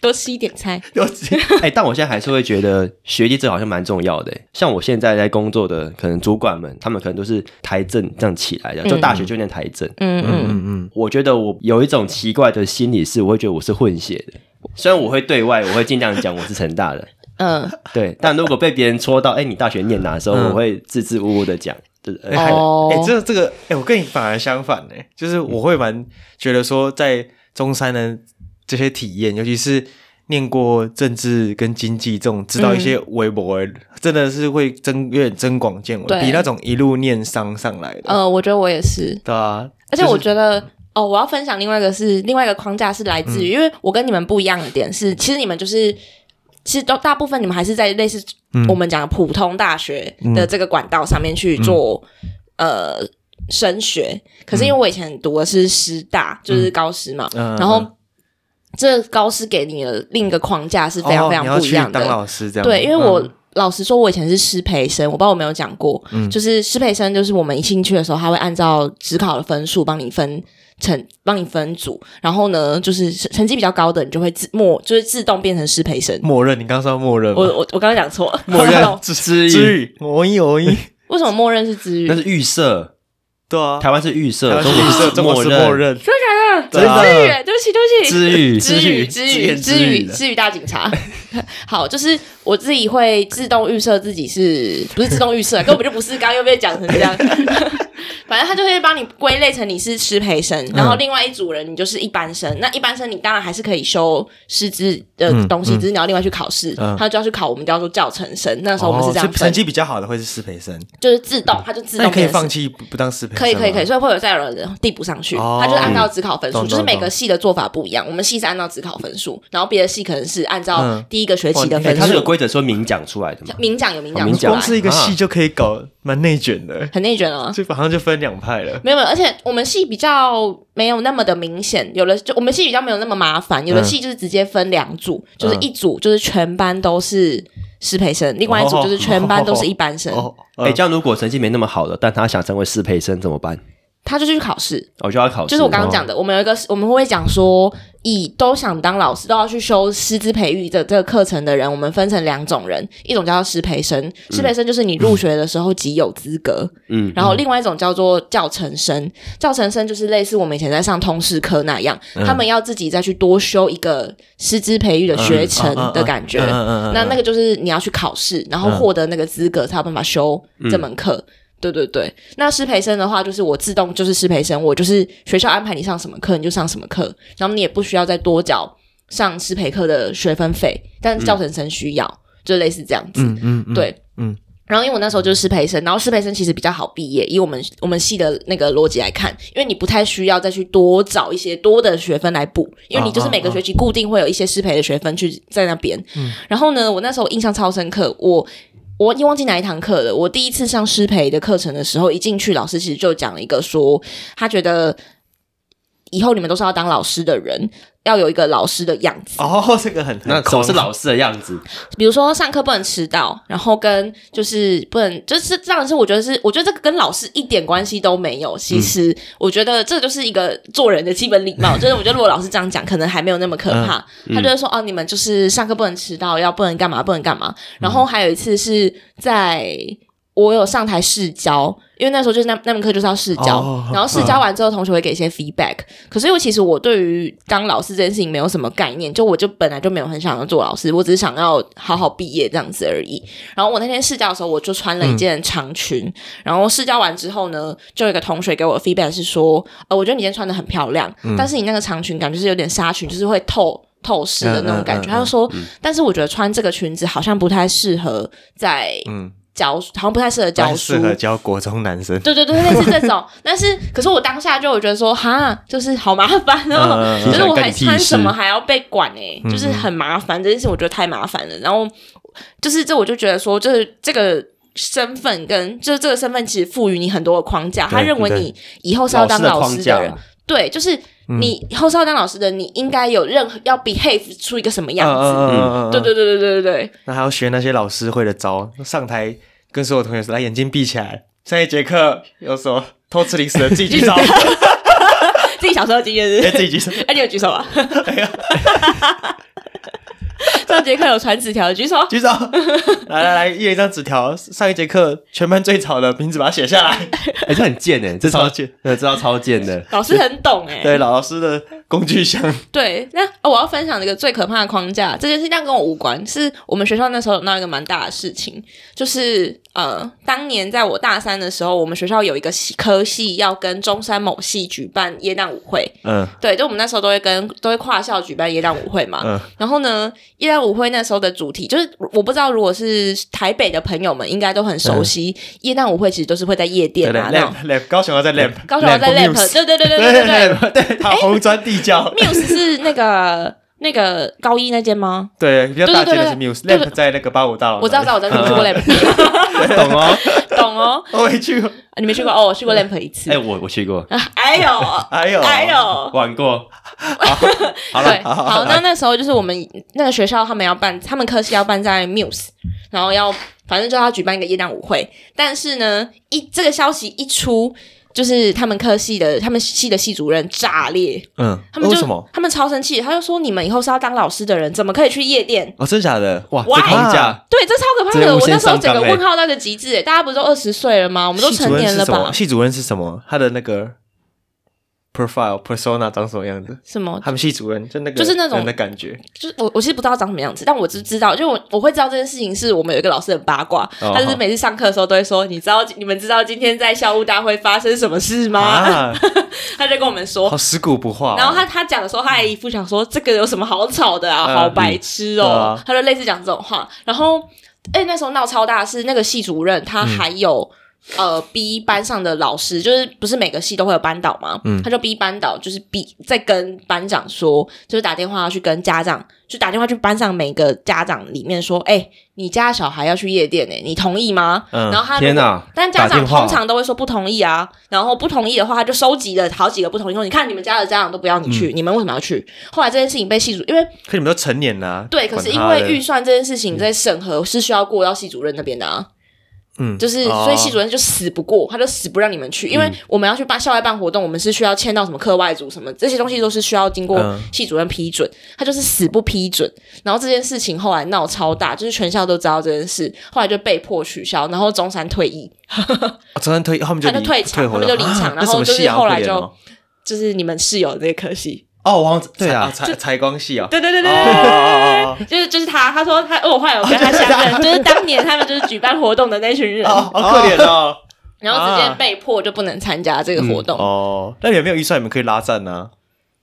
Speaker 2: 多吃一点菜。
Speaker 1: 给我吃
Speaker 3: 哎、但我现在还是会觉得学历这好像蛮重要的欸。像我现在在工作的，可能主管们，他们可能都是台政这样起来的，就大学就念台政。
Speaker 2: 嗯嗯，
Speaker 1: 嗯
Speaker 3: 我觉得我有一种奇怪的心理，是我会觉得我是混血的。虽然我会对外，我会尽量讲我是成大的，
Speaker 2: 嗯，
Speaker 3: 对。但如果被别人戳到，哎、你大学念哪的时候，
Speaker 1: 嗯
Speaker 3: 我会支支吾吾的讲，就是、
Speaker 1: 嗯，
Speaker 3: 呃
Speaker 1: 哎
Speaker 2: 哦，
Speaker 1: 哎，这这个，哎，我跟你反而相反呢，就是我会蛮觉得说，在中山的这些体验，尤其是。念过政治跟经济这种，知道一些微博，真的是会增越增广见闻，
Speaker 2: 对
Speaker 1: 比那种一路念商上来的。
Speaker 2: 呃，我觉得我也是，
Speaker 1: 对啊，
Speaker 2: 而且我觉得、哦，我要分享另外一个是另外一个框架是来自
Speaker 1: 嗯
Speaker 2: 于，因为我跟你们不一样的点是，其实你们就是。其实都大部分你们还是在类似
Speaker 1: 嗯
Speaker 2: 我们讲的普通大学的这个管道上面去做、
Speaker 1: 嗯
Speaker 2: 呃升学，可是因为我以前读的是师大，就是高师嘛，
Speaker 1: 嗯
Speaker 2: 然后这高师给你的另一个框架是非常非常不一样的。
Speaker 1: 哦你要去当老师这样，
Speaker 2: 对，因为我、
Speaker 1: 嗯
Speaker 2: 老实说，我以前是师培生，我不知道我有没有讲过，就是师培生，就是我们一进去的时候，他会按照职考的分数帮你分成帮你分组，然后呢，就是成成绩比较高的，你就会自默就是自动变成师培生。
Speaker 1: 默认，你刚刚说到默认吗
Speaker 2: 我我 我刚刚讲错了，
Speaker 1: 默认
Speaker 3: 知知
Speaker 1: 之语，我一我一，
Speaker 2: 为什么默认是资
Speaker 3: 那
Speaker 2: 源？
Speaker 3: 是预设，
Speaker 1: 对啊，
Speaker 3: 台湾是预设，
Speaker 1: 台湾
Speaker 3: 中国
Speaker 1: 是中国是默
Speaker 3: 默认
Speaker 1: 认，
Speaker 2: 真
Speaker 1: 真的
Speaker 2: 资源，对不起，对不起，
Speaker 3: 知语
Speaker 2: 知语知语知
Speaker 3: 知
Speaker 2: 语
Speaker 3: 的
Speaker 2: 知语大警察。 好，就是我自己会自动预设自己是不是自动预设，根本就不是，刚刚又被讲成这样。 反正他就会帮你归类成你是师培生，然后
Speaker 1: 嗯
Speaker 2: 另外一组人你就是一般生。那一般生你当然还是可以修师资的
Speaker 1: 嗯
Speaker 2: 东西，
Speaker 1: 嗯
Speaker 2: 只是你要另外去考试，
Speaker 1: 嗯
Speaker 2: 他就要去考我们叫做教程生。那时候我们是
Speaker 1: 哦
Speaker 2: 这样
Speaker 1: 所以成
Speaker 2: 分，
Speaker 1: 绩比较好的会是师培生，
Speaker 2: 就是自动，他就自
Speaker 1: 那
Speaker 2: 动
Speaker 1: 你可以
Speaker 2: 变成
Speaker 1: 放弃不不当师培生吗，
Speaker 2: 可以可以可以，所以会有再有人递补上去，
Speaker 1: 哦
Speaker 2: 他就是按照只考分数，
Speaker 1: 懂
Speaker 2: 就是每
Speaker 1: 懂
Speaker 2: 个系的做法不一样。我们系是按照只考分数，然后别的系可能是按照
Speaker 1: 嗯
Speaker 2: 第一个学期的
Speaker 1: 哇
Speaker 3: 哎，
Speaker 2: 分
Speaker 3: 它是有
Speaker 2: 数。
Speaker 3: 规则说明讲出来的嘛？
Speaker 2: 明讲有明
Speaker 3: 哦
Speaker 2: 讲
Speaker 3: 明
Speaker 2: 出
Speaker 3: 讲
Speaker 2: 来
Speaker 1: 光，是一个系就可以搞蛮内卷的，
Speaker 2: 很内卷啊。
Speaker 1: 所以好像就分两派了。
Speaker 2: 没有没有，而且我们系比较没有那么的明显，有的就我们系比较没有那么麻烦，有的
Speaker 1: 嗯
Speaker 2: 系就是直接分两组，就是
Speaker 1: 嗯
Speaker 2: 一组就是全班都是师培生，另外一组就是全班都是一般生，
Speaker 1: 哦，
Speaker 3: 哎，这样如果成绩没那么好的，但他想成为适配生怎么办？
Speaker 2: 他就去考试。
Speaker 3: 我就要考试，哦
Speaker 2: 就是我刚刚讲的，我们有一个，我们会讲说，以都想当老师，都要去修师资培育的这个课程的人，我们分成两种人，一种叫做师培生，师培生就是你入学的时候即有资格，
Speaker 3: 嗯，
Speaker 2: 然后另外一种叫做教程生，教程生就是类似我们以前在上通识课那样，
Speaker 3: 嗯
Speaker 2: 他们要自己再去多修一个师资培育的学程的感
Speaker 1: 嗯
Speaker 2: 觉。
Speaker 1: 嗯嗯嗯嗯嗯
Speaker 2: 那那个就是你要去考试，然后获得那个资格才有办法修这门课。对对对，那师培生的话，就是我自动就是师培生，我就是学校安排你上什么课你就上什么课，然后你也不需要再多缴上师培课的学分费，但是教程生需要，就类似这样子。
Speaker 1: 嗯嗯嗯，
Speaker 2: 对，
Speaker 1: 嗯。
Speaker 2: 然后因为我那时候就是师培生，然后师培生其实比较好毕业，以我们我们系的那个逻辑来看，因为你不太需要再去多找一些多的学分来补，因为你就是每
Speaker 1: 嗯
Speaker 2: 个学期固定会有一些师培的学分去在那边。然后呢，我那时候印象超深刻，我。我已经忘记哪一堂课了。我第一次上师培的课程的时候，一进去，老师其实就讲了一个说，他觉得以后你们都是要当老师的人，要有一个老师的样子。
Speaker 1: 哦，这个很
Speaker 3: 那
Speaker 1: 很
Speaker 3: 总是
Speaker 1: 空
Speaker 3: 老师的样子，
Speaker 2: 比如说上课不能迟到，然后跟就是不能就是这样是我觉得是我觉得这个跟老师一点关系都没有。其实我觉得这就是一个做人的基本礼貌，就是我觉得如果老师这样讲，可能还没有那么可怕。他就会说哦，你们就是上课不能迟到，要不能干嘛不能干嘛。然后还有一次是在。我有上台试教，因为那时候就是那那门课就是要试教，
Speaker 1: 哦
Speaker 2: 然后试教完之后，同学会给一些 feedback。可是因为其实我对于当老师这件事情没有什么概念，就我就本来就没有很想要做老师，我只是想要好好毕业这样子而已。然后我那天试教的时候，我就穿了一
Speaker 1: 嗯
Speaker 2: 件长裙。然后试教完之后呢，就有一个同学给我的 feedback 是说，呃，我觉得你今天穿的很漂亮，
Speaker 1: 嗯
Speaker 2: 但是你那个长裙感觉是有点纱裙，就是会透。透视的那种感
Speaker 1: 嗯嗯
Speaker 2: 觉，
Speaker 1: 嗯
Speaker 2: 他就说，但是我觉得穿这个裙子好像不太适合在
Speaker 1: 嗯，
Speaker 2: 教，好像不太适合教
Speaker 1: 蛮
Speaker 2: 书，
Speaker 1: 适合教国中男生。
Speaker 2: 对对对，类似这种。但是，可是我当下就我觉得说，哈，就是好麻烦哦，
Speaker 1: 嗯嗯嗯
Speaker 2: 就是我还
Speaker 3: 干你屁
Speaker 2: 穿
Speaker 3: 事
Speaker 2: 什么还要被管哎、
Speaker 1: 嗯
Speaker 2: 就是很麻烦，这件事我觉得太麻烦了。然后，就是这我就觉得说，就是这个。身份跟就是这个身份其实赋予你很多的框架，他
Speaker 1: 对
Speaker 2: 认为
Speaker 1: 对
Speaker 2: 你以后是要
Speaker 3: 老
Speaker 2: 当
Speaker 3: 师的
Speaker 2: 老
Speaker 3: 框
Speaker 2: 师的
Speaker 3: 架
Speaker 2: 人，对，就是
Speaker 1: 嗯
Speaker 2: 你以后是要当老师的，你应该有任何要 behave 出一个什么样子，
Speaker 1: 嗯
Speaker 2: 对。对对对对对对，
Speaker 1: 那还要学那些老师会的招，上台跟所有同学说：“来，眼睛闭起来。”上一节课有什么偷吃零食的自己举 手，
Speaker 2: 自己小时候的经验是不
Speaker 1: 哎，
Speaker 2: 是
Speaker 1: 自己举手。
Speaker 2: 哎、你有举手啊？ 上节课有传纸条，举手。
Speaker 1: 举手，来来来，一人一张纸条。上一节课全班最吵的名字，把它写下 来。
Speaker 3: 哎，这很贱 哎，这
Speaker 1: 超
Speaker 3: 超
Speaker 1: 贱
Speaker 3: 贱，呃，这招超贱的，
Speaker 2: 老师很懂哎、
Speaker 1: 对，老老师的工具箱。
Speaker 2: 对，那、哦我要分享一个最可怕的框架，这件事但跟我无关，是我们学校那时候有闹一个蛮大的事情，就是呃，当年在我大三的时候，我们学校有一个系科系要跟中山某系举办耶诞舞会，
Speaker 1: 嗯
Speaker 2: 对，就我们那时候都会跟都会跨校举办耶诞舞会嘛。
Speaker 1: 嗯
Speaker 2: 然后呢，耶诞舞会那时候的主题就是，我不知道如果是台北的朋友们应该都很熟悉，耶诞舞会其实都是会在夜
Speaker 1: 对
Speaker 2: 店
Speaker 1: 嗯对
Speaker 2: 啊那种。
Speaker 1: ，lamp lamp，高雄要在 lamp，
Speaker 2: 高雄在
Speaker 1: Lamp
Speaker 2: Lamp，
Speaker 1: Muse
Speaker 2: 对对对对对对哎对
Speaker 1: 对对，他红砖地窖，
Speaker 2: ，Muse 是那个那个高一那间吗？
Speaker 1: 对，比较大间的是
Speaker 2: 对对对对
Speaker 1: Muse，lamp 在那个八五大楼，
Speaker 2: 我知道，知道，我在去过
Speaker 1: 嗯
Speaker 2: Lamp，
Speaker 3: 懂哦？
Speaker 2: 懂哦，
Speaker 1: 我没去过，
Speaker 2: 你没去过哦，我去过 Lamp 一次
Speaker 3: 哎，。我我去过，
Speaker 2: 哎呦，
Speaker 1: 嗯哎呦，
Speaker 2: 哎呦，
Speaker 3: 玩过，好
Speaker 2: 对，
Speaker 3: 了，
Speaker 2: 好，那那时候就是我们那个学校他们要办，他们科系要办在 Muse，然后要反正就要举办一个夜店舞会，但是呢，一这个消息一出。就是他们科系的他们系的系主任炸裂，
Speaker 1: 嗯，
Speaker 2: 他们就
Speaker 1: 为什么？
Speaker 2: 他们超生气，他就说你们以后是要当老师的人，怎么可以去夜店？
Speaker 1: 哦，真的假的？哇，
Speaker 3: 这框架
Speaker 2: 对，这超可怕
Speaker 3: 这
Speaker 2: 的！
Speaker 3: 无
Speaker 2: 我
Speaker 3: 限
Speaker 2: 那时候整
Speaker 3: 上
Speaker 2: 个
Speaker 3: 纲欸
Speaker 2: 问号到一个极致、欸，大家不是都二十岁了吗？我
Speaker 1: 我
Speaker 2: 们都成年了吧？
Speaker 1: 系主任是什么？他的那个 profile persona 长什么样子？
Speaker 2: 什么？
Speaker 1: 他们系主任就那个
Speaker 2: 就是那种
Speaker 1: 人的感觉，
Speaker 2: 就是我，我其实不知道长什么样子，但我只知道，就我我会知道这件事情是我们有一个老师很八卦，
Speaker 1: 哦
Speaker 2: 他就是每次上课的时候都会说，你知道你们知道今天在校务大会发生什么事吗？
Speaker 1: 啊，
Speaker 2: 他就跟我们说
Speaker 1: 好，死骨不化哦。
Speaker 2: 然后他他讲的时候，他还一副想说这个有什么好吵的啊，
Speaker 1: 嗯
Speaker 2: 好白痴
Speaker 1: 嗯对
Speaker 2: 哦
Speaker 1: 啊，
Speaker 2: 他就类似讲这种话。然后，哎，那时候闹超大的是那个系主任，他
Speaker 1: 嗯
Speaker 2: 还有。呃，B 班上的老师就是不是每个系都会有班导嘛？
Speaker 1: 嗯
Speaker 2: 他就 B 班导就是 B 在跟班长说，就是打电话要去跟家长，就打电话去班上每个家长里面说，哎、你家小孩要去夜店呢、欸你同意吗？
Speaker 1: 嗯
Speaker 2: 然后他如果
Speaker 3: 天哪！
Speaker 2: 但
Speaker 3: 打
Speaker 2: 家长
Speaker 3: 电话
Speaker 2: 通常都会说不同意啊，然后不同意的话，他就收集了好几个不同意说，你看你们家的家长都不要你
Speaker 3: 嗯
Speaker 2: 去，你们为什么要去？后来这件事情被系主，因为
Speaker 1: 可你们都成年了啊，
Speaker 2: 对，可是因
Speaker 1: 管他
Speaker 2: 为
Speaker 1: 的
Speaker 2: 预算这件事情在审核是需要过到系主任那边的啊，
Speaker 1: 嗯
Speaker 2: 就是、
Speaker 1: 哦
Speaker 2: 所以系主任就死不过，他就死不让你们去，
Speaker 3: 嗯
Speaker 2: 因为我们要去办校外办活动，我们是需要签到什么课外组什么这些东西都是需要经过
Speaker 1: 嗯
Speaker 2: 系主任批准，他就是死不批准，然后这件事情后来闹超大，就是全校都知道这件事，后来就被迫取消，然后中山退役。
Speaker 1: 哦中山退，他们就
Speaker 2: 他就
Speaker 1: 离
Speaker 2: 退场
Speaker 1: 回
Speaker 2: 他们
Speaker 1: 了
Speaker 2: 就离场
Speaker 1: 啊
Speaker 2: 然
Speaker 1: 那什
Speaker 2: 后
Speaker 1: 么
Speaker 2: 就是
Speaker 1: 系啊
Speaker 2: 后来
Speaker 1: 可怜
Speaker 2: 就
Speaker 1: 哦
Speaker 2: 就是你们室友的这个科系。
Speaker 1: 哦，王对啊，
Speaker 3: 啊
Speaker 1: 采采光系啊，
Speaker 2: 对对对对
Speaker 1: 哦
Speaker 2: 对
Speaker 1: 哦哦哦
Speaker 2: 就是就是他，他说他，哦我后来有跟他相 认，就是当年他们就是举办活动的那群人，
Speaker 1: 哦，好可怜哦。
Speaker 2: 然后直接
Speaker 1: 啊
Speaker 2: 被迫就不能参加这个活动。
Speaker 1: 哦，那你们没有预算，你们可以拉赞啊呢。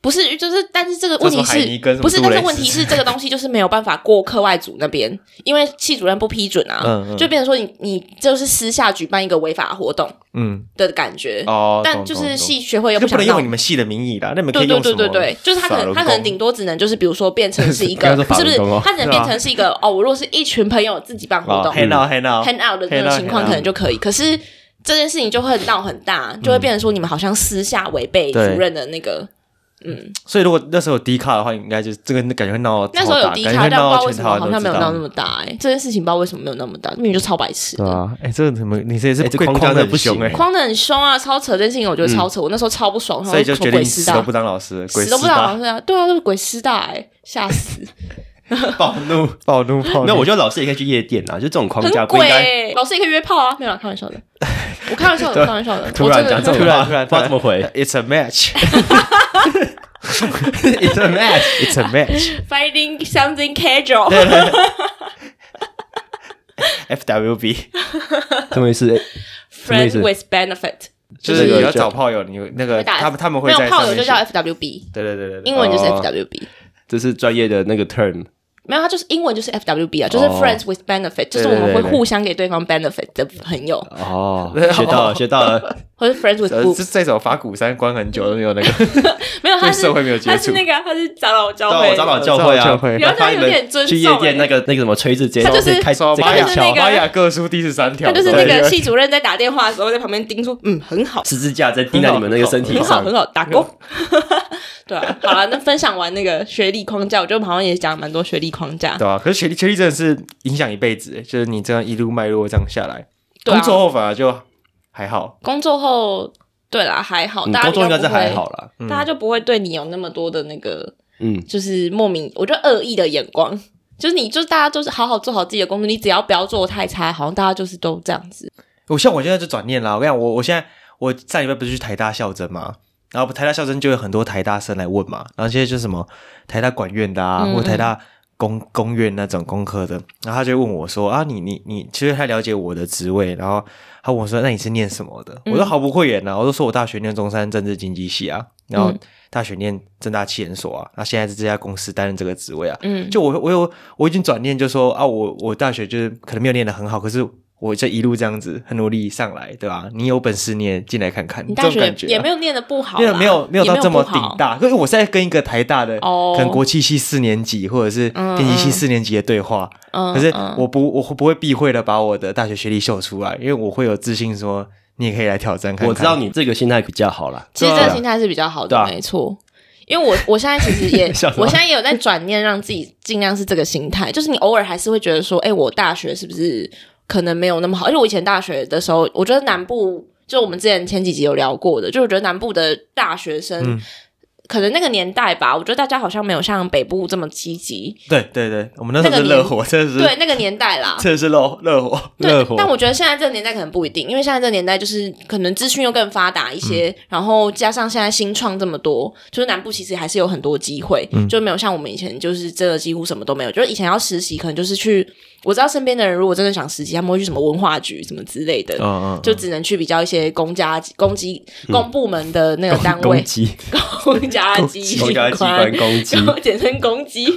Speaker 2: 不是，就是但是这个问题
Speaker 1: 叫什么海尼根
Speaker 2: 是
Speaker 1: 什么
Speaker 2: 不是？
Speaker 1: 杜
Speaker 2: 但
Speaker 1: 蕾
Speaker 2: 是
Speaker 1: 斯
Speaker 2: 问题是这个东西就是没有办法过课外组那边，因为系主任不批准啊，
Speaker 1: 嗯嗯
Speaker 2: 就变成说你你就是私下举办一个违法活动
Speaker 1: 嗯，
Speaker 2: 的感觉。
Speaker 1: 哦，
Speaker 2: 但
Speaker 1: 懂
Speaker 2: 就
Speaker 1: 懂
Speaker 2: 是
Speaker 1: 懂
Speaker 2: 系学会又
Speaker 1: 就不
Speaker 2: 想
Speaker 1: 能
Speaker 2: 闹
Speaker 1: 用你们系的名义啦，那你们可
Speaker 2: 对
Speaker 1: 以
Speaker 2: 对
Speaker 1: 用什
Speaker 2: 对
Speaker 1: 么？
Speaker 2: 对对，就是他
Speaker 1: 法
Speaker 2: 可
Speaker 1: 轮
Speaker 2: 能他可能
Speaker 1: 功
Speaker 2: 顶多只能就是比如说变成是一
Speaker 3: 刚
Speaker 2: 个
Speaker 3: 刚说，法
Speaker 2: 是不
Speaker 3: 轮
Speaker 2: 是
Speaker 3: 功哦？
Speaker 2: 他只能
Speaker 1: 对
Speaker 2: 变
Speaker 1: 啊
Speaker 2: 成是一个哦，如果是一群朋友自己办活
Speaker 1: 哦
Speaker 2: 动
Speaker 1: h a n d out hand out
Speaker 2: hand out 的那
Speaker 1: hand
Speaker 2: 个
Speaker 1: out，啊
Speaker 2: 情况
Speaker 1: hand
Speaker 2: 可能
Speaker 1: out
Speaker 2: 就可以，可是。这件事情就会闹很大，
Speaker 1: 嗯
Speaker 2: 就会变成说你们好像私下违背主任的那个。
Speaker 1: 所以如果那时候有低卡的话，应该就这个感觉会闹到
Speaker 2: 那时候有低
Speaker 1: 感觉
Speaker 2: 咖，
Speaker 1: 会
Speaker 2: 但不知
Speaker 1: 闹
Speaker 2: 道
Speaker 1: 到
Speaker 2: 为
Speaker 1: 全
Speaker 2: 什
Speaker 1: 台
Speaker 2: 么
Speaker 1: 湾
Speaker 2: 好像没有
Speaker 1: 都知道
Speaker 2: 闹那么大哎、这件事情不知道为什么没有那么大，明明就超白痴的。
Speaker 3: 对啊，
Speaker 1: 哎，这个你们你这也是
Speaker 3: 哎这
Speaker 1: 被
Speaker 3: 框
Speaker 1: 框
Speaker 3: 架
Speaker 1: 的
Speaker 3: 很
Speaker 1: 不行
Speaker 3: 行
Speaker 1: 哎
Speaker 3: 哎，
Speaker 2: 框的很凶啊，超扯，这件事情我觉得超扯，我那时候超不爽，然后
Speaker 1: 嗯所以就
Speaker 2: 什么
Speaker 1: 决定
Speaker 2: 鬼
Speaker 1: 你
Speaker 2: 师
Speaker 1: 死都
Speaker 2: 大
Speaker 1: 不，当老师，鬼
Speaker 2: 死都不
Speaker 1: 师
Speaker 2: 当
Speaker 1: 大
Speaker 2: 老师啊，对啊，都是鬼师大哎、吓死，
Speaker 3: 暴怒。
Speaker 1: 暴 怒暴怒。
Speaker 3: 那我觉得老师也可以去夜店啊，就这种框
Speaker 2: 很
Speaker 3: 架不
Speaker 2: 鬼
Speaker 3: 应该
Speaker 2: 欸、老师也可以约炮啊，没有啦，开玩笑的，我开玩笑的，开玩笑的，
Speaker 3: 突然讲这
Speaker 2: 我
Speaker 3: 种
Speaker 2: 真的
Speaker 1: 突然
Speaker 3: 话，
Speaker 1: 突然
Speaker 3: 不知道怎么回。
Speaker 1: It's a match,
Speaker 3: It's a match。
Speaker 1: It's a match.
Speaker 2: finding something casual。
Speaker 1: FWB
Speaker 3: 什么意思？哎么意
Speaker 2: friend
Speaker 3: 思
Speaker 2: with benefit，
Speaker 1: 就是
Speaker 3: 那个
Speaker 1: 你要
Speaker 3: 叫
Speaker 1: 找炮友，你那个
Speaker 2: 会打
Speaker 1: 呃他们他们
Speaker 2: 没
Speaker 1: 会
Speaker 2: 有
Speaker 1: 在
Speaker 2: 炮
Speaker 1: 上
Speaker 2: 友
Speaker 1: 面
Speaker 2: 就
Speaker 1: 写
Speaker 2: 叫 FWB，
Speaker 1: 对对对对
Speaker 2: 英文就是
Speaker 3: 哦
Speaker 2: FWB，
Speaker 3: 这是专业的那个 term。
Speaker 2: 没有，它就是英文就是 FWB 啊，就是
Speaker 3: 哦
Speaker 2: friends with benefit，就是我们会互相给对方 benefit 的朋友，
Speaker 3: 哦
Speaker 1: 对
Speaker 3: 学到了，学到 了。
Speaker 2: 或者 friends with
Speaker 1: 呃，这
Speaker 2: boob，
Speaker 1: 这首法鼓山关很久都没 有那个
Speaker 2: 没有，他
Speaker 1: 对
Speaker 2: 是
Speaker 1: 社会没有接触
Speaker 2: 他是那个啊他是长老教
Speaker 3: 到
Speaker 2: 会
Speaker 3: 我
Speaker 2: 的，
Speaker 3: 长老教会
Speaker 1: 长老
Speaker 3: 啊
Speaker 1: 教会，
Speaker 2: 然后他
Speaker 3: 帮你
Speaker 2: 有
Speaker 3: 们
Speaker 2: 点尊
Speaker 3: 去夜
Speaker 2: 重
Speaker 3: 店
Speaker 2: 欸
Speaker 3: 那个那个什么锤子街，
Speaker 2: 他就是
Speaker 3: 然后开
Speaker 1: 说
Speaker 3: 直接
Speaker 1: 玛
Speaker 3: 开
Speaker 2: 他
Speaker 1: 雅
Speaker 2: 就是
Speaker 3: 枪
Speaker 2: 那个
Speaker 1: 玛雅各书第十三条，
Speaker 2: 他就是那
Speaker 1: 对
Speaker 2: 个系主任在打电话的时候在旁边盯说，嗯，很好，
Speaker 3: 十字架在钉在你们那个身体
Speaker 2: 很好，
Speaker 3: 上
Speaker 2: 很。好， 打勾。对啊，好了，那分享完那个学历框架，我觉得我们好像也讲了蛮多学历框架。
Speaker 1: 对啊，可是学历学历真的是影响一辈子，欸就是你这样一路脉络这样下来，
Speaker 2: 对啊
Speaker 1: 工作后反而就还好。
Speaker 2: 工作后，对啦，还好，
Speaker 3: 嗯
Speaker 2: 大家
Speaker 3: 工作应该
Speaker 2: 比
Speaker 3: 是
Speaker 2: 较不会
Speaker 3: 还好啦。
Speaker 2: 大
Speaker 1: 嗯
Speaker 2: 家就不会对你有那么多的那个，
Speaker 3: 嗯，
Speaker 2: 就是莫名，我觉得恶意的眼光，就是你，就是大家就是好好做好自己的工作，你只要不要做太差，好像大家就是都这样子。
Speaker 1: 我像我现在就转念啦，我跟你讲，我我现在我上礼拜不是去台大校征嘛，然后台大校征就有很多台大生来问嘛，然后现在就是什么台大管院的啊，
Speaker 2: 嗯
Speaker 1: 或者台大工工院那种工科的，然后他就问我说啊，你你你，其实他了解我的职位，然后他问我说，那你是念什么的？
Speaker 2: 嗯
Speaker 1: 我都毫不讳言啊，我都说我大学念中山政治经济系啊，然后
Speaker 2: 嗯
Speaker 1: 大学念正大气研所啊，那现在是这家公司担任这个职位啊，
Speaker 2: 嗯，
Speaker 1: 就我我有我已经转念就说啊，我我大学就是可能没有练得很好，可是我这一路这样子很努力上来，对吧？你有本事你也进来看看，这
Speaker 2: 你大
Speaker 1: 种
Speaker 2: 学
Speaker 1: 感觉、啊、
Speaker 2: 也没有念的不好
Speaker 1: 没
Speaker 2: 啦，
Speaker 1: 有没有没有
Speaker 2: 也
Speaker 1: 到这么
Speaker 2: 不
Speaker 1: 顶
Speaker 2: 好。
Speaker 1: 大，可是我在跟一个台大的，
Speaker 2: 哦
Speaker 1: 可能国际系四年级或者是
Speaker 2: 嗯
Speaker 1: 电机系四年级的对话，
Speaker 2: 嗯
Speaker 1: 可是
Speaker 2: 嗯
Speaker 1: 我不我会不会避讳的把我的大学学历秀出来，因为我会有自信说你也可以来挑战看看。
Speaker 3: 我知道你这个心态比较好啦。
Speaker 2: 其实这
Speaker 1: 对
Speaker 2: 个
Speaker 1: 啊
Speaker 2: 心态是比较好的，
Speaker 3: 对啊
Speaker 2: 没错。因为我我现在其实也
Speaker 3: 笑什，么
Speaker 2: 我现在也有在转念，让自己尽量是这个心态。就是你偶尔还是会觉得说，哎、我大学是不是可能没有那么好？因为我以前大学的时候，我觉得南部。就我们之前前几集有聊过的，就我觉得南部的大学生。可能那个年代吧，我觉得大家好像没有像北部这么积极。
Speaker 1: 对对对，我们那时候
Speaker 2: 那
Speaker 1: 是
Speaker 2: 个
Speaker 1: 热火，真的是
Speaker 2: 对，那个年代啦，
Speaker 1: 真的是热热火。
Speaker 3: 热
Speaker 2: 对
Speaker 3: 火，
Speaker 2: 但我觉得现在这个年代可能不一定，因为现在这个年代就是可能资讯又更发达一些，
Speaker 3: 嗯
Speaker 2: 然后加上现在新创这么多，就是南部其实还是有很多机会，
Speaker 3: 嗯
Speaker 2: 就没有像我们以前就是真的几乎什么都没有。就是以前要实习，可能就是去我知道身边的人如果真的想实习，他们会去什么文化局什么之类的，
Speaker 3: 哦
Speaker 1: 嗯嗯，
Speaker 2: 就只能去比较一些公家公机公部门的那个 单
Speaker 3: 攻
Speaker 2: 位，
Speaker 3: 击，
Speaker 2: 公家机
Speaker 3: 公家机关攻击，
Speaker 2: 就简称 公鸡。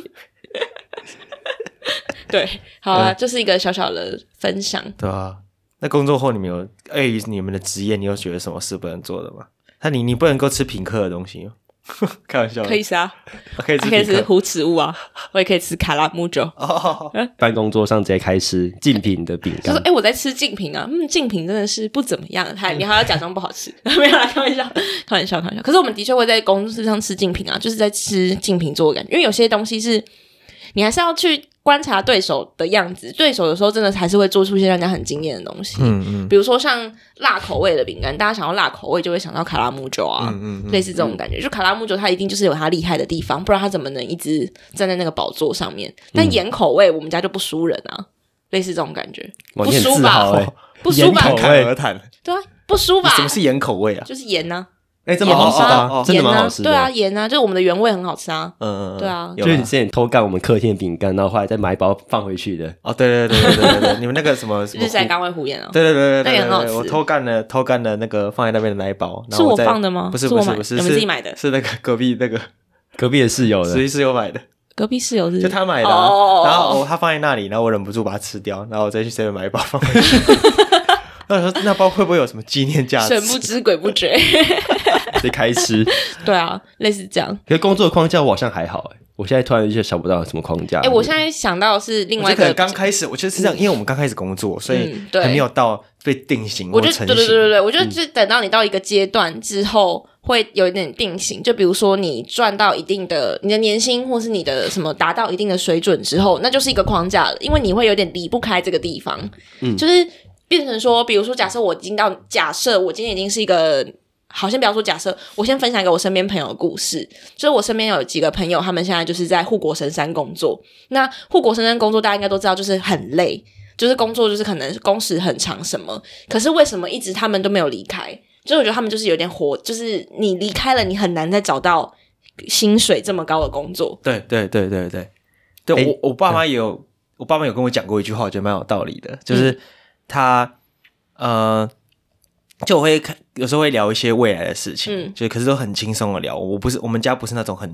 Speaker 2: 对，好啊，
Speaker 3: 嗯
Speaker 2: 这是一个小小的分享。
Speaker 1: 对啊。那工作后你们有哎，你们的职业你有觉得什么事不能做的吗？那你你不能够吃品客的东西吗？ 开玩笑的，
Speaker 2: 可以吃啊，
Speaker 1: 啊可以
Speaker 2: 还
Speaker 1: 吃
Speaker 2: 可以
Speaker 1: 品
Speaker 2: 吃
Speaker 1: 客。
Speaker 2: 胡齿物啊，我也可以吃卡拉木酒。
Speaker 1: 哦，
Speaker 3: 办公桌上直接开吃竞品的饼
Speaker 2: 就
Speaker 3: 干
Speaker 2: 说，哎、，我在吃竞品啊，嗯，竞品真的是不怎么样，啊还你还要假装不好吃， 没有啦，开玩笑，开玩笑，开玩笑。可是我们的确会在公司上吃竞品啊，就是在吃竞品做的感觉，因为有些东西是你还是要去观察对手的样子，对手有时候真的还是会做出一些让人家很惊艳的东西，
Speaker 1: 嗯嗯
Speaker 2: 比如说像辣口味的饼干，大家想要辣口味就会想到卡拉木酒啊，
Speaker 1: 嗯嗯
Speaker 2: 类似这种感觉。就卡拉木酒它一定就是有它厉害的地方，不然它怎么能一直站在那个宝座上面？
Speaker 1: 嗯
Speaker 2: 但盐口味我们家就不输人啊，类似这种感觉，
Speaker 3: 哇
Speaker 2: 不
Speaker 3: 你很
Speaker 2: 输
Speaker 3: 自
Speaker 2: 吧哦
Speaker 3: 豪欸？
Speaker 2: 不输
Speaker 3: 盐
Speaker 2: 吧
Speaker 3: 口？
Speaker 1: 侃侃而谈。
Speaker 2: 对啊，不输吧？
Speaker 1: 什么是盐口味啊？
Speaker 2: 就是盐呐、
Speaker 1: 哎，这
Speaker 2: 盐
Speaker 1: 么好
Speaker 2: 啊，
Speaker 1: 吃的啊
Speaker 3: 哦
Speaker 1: 哦，
Speaker 3: 真的
Speaker 2: 盐
Speaker 3: 蛮
Speaker 2: 啊
Speaker 3: 好吃的
Speaker 2: 对啊，盐啊，就是我们的原味很好吃啊。
Speaker 1: 嗯嗯，嗯
Speaker 2: 对啊
Speaker 1: 有
Speaker 3: 就是你之前偷干我们客厅的饼干，然后后来再买一包放回去的，
Speaker 1: 哦，对对对对对对对，你们那个什么什么
Speaker 2: 日晒干味胡盐啊，
Speaker 1: 对对对对
Speaker 2: 那
Speaker 1: 对
Speaker 2: 也很好
Speaker 1: 对，
Speaker 2: 吃
Speaker 1: 我偷干了偷干了那个放在那边的那一包，然
Speaker 2: 是
Speaker 1: 后
Speaker 2: 我
Speaker 1: 再
Speaker 2: 放的吗
Speaker 1: 不是
Speaker 2: 是
Speaker 1: 不
Speaker 2: 我
Speaker 1: 是
Speaker 2: 买
Speaker 1: 不是，
Speaker 2: 你们
Speaker 1: 是
Speaker 2: 自己买的
Speaker 1: 是那个隔壁那个
Speaker 3: 隔壁的室友
Speaker 1: 实
Speaker 3: 的，
Speaker 1: 习室友买的，
Speaker 2: 隔壁室友是
Speaker 1: 就他买的啊，
Speaker 2: 哦
Speaker 1: 然后我他放在那里，然后我忍不住把它吃掉，然后我再去 seven 买一包放回去。 那我说那包会不会有什么纪念价值
Speaker 2: 神？不知鬼 不觉。
Speaker 3: 就开吃。
Speaker 2: 对啊，类似这样。
Speaker 3: 可是工作框架我好像还好哎，我现在突然就想不到有什么框架。
Speaker 2: 哎、我现在想到的是另
Speaker 1: 我
Speaker 2: 外
Speaker 1: 觉
Speaker 2: 一
Speaker 1: 得可
Speaker 2: 个
Speaker 1: 能刚开始，我觉得是这样，因为我们刚开始工作，所以
Speaker 2: 嗯对
Speaker 1: 还没有到被定型
Speaker 2: 我
Speaker 1: 或
Speaker 2: 觉
Speaker 1: 成
Speaker 2: 得
Speaker 1: 型。嗯
Speaker 2: 对对对对对，我觉得就等到你到一个阶段之后，会有一点定型。就比如说你赚到一定的你的年薪，或是你的什么达到一定的水准之后，那就是一个框架了，因为你会有点离不开这个地方。嗯，就是变成说，比如说，假设我已经到，假设我今天已经是一个。好，先不要说假设，我先分享一个我身边朋友的故事。就是我身边有几个朋友，他们现在就是在护国神山工作。那护国神山工作，大家应该都知道，就是很累，就是工作就是可能工时很长什么。可是为什么一直他们都没有离开？就是我觉得他们就是有点火，就是你离开了，你很难再找到薪水这么高的工作。
Speaker 1: 对对对对对，对、
Speaker 3: 诶
Speaker 1: 我我爸妈也有，我爸妈有跟我讲过一句话，我觉得蛮有道理的，就是他、呃，就我会看，有时候会聊一些未来的事情，
Speaker 2: 嗯
Speaker 1: 就可是都很轻松的聊。我不是我们家不是那种很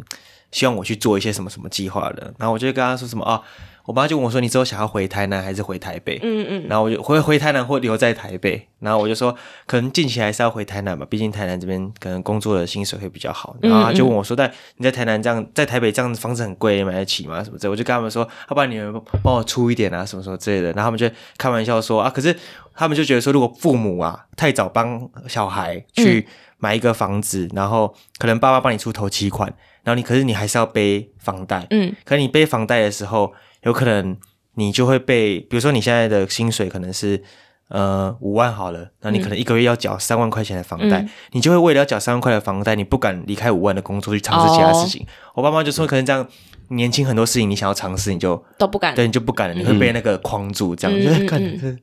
Speaker 1: 希望我去做一些什么什么计划的，然后我就跟他说什么啊，我妈就问我说你之后想要回台南还是回台北？
Speaker 2: 嗯嗯，
Speaker 1: 然后我就回回台南或留在台北，然后我就说，可能近期还是要回台南吧，毕竟台南这边可能工作的薪水会比较好。然后他就问我说，但你在台南这样，在台北这样子房子很贵，买得起吗？什么之类，我就跟他们说，要不然你们帮我出一点啊，什么什么之类的。然后他们就开玩笑说啊，可是他们就觉得说，如果父母啊太早帮小孩去买一个房子，然后可能爸爸帮你出头期款，然后你可是你还是要背房贷，
Speaker 2: 嗯，
Speaker 1: 可你背房贷的时候，有可能你就会被，比如说你现在的薪水可能是呃五万好了，那你可能一个月要缴三万块钱的房贷，
Speaker 2: 嗯
Speaker 1: 你就会为了要缴三万块的房贷，你不敢离开五万的工作去尝试其他事情。
Speaker 2: 哦
Speaker 1: 我爸妈就说，可能这样年轻很多事情你想要尝试，你就
Speaker 2: 都不敢。
Speaker 1: 对你就不敢了，你会被那个框住，这样、
Speaker 2: 嗯
Speaker 1: 就是
Speaker 2: 嗯
Speaker 1: 看、
Speaker 2: 嗯
Speaker 1: 这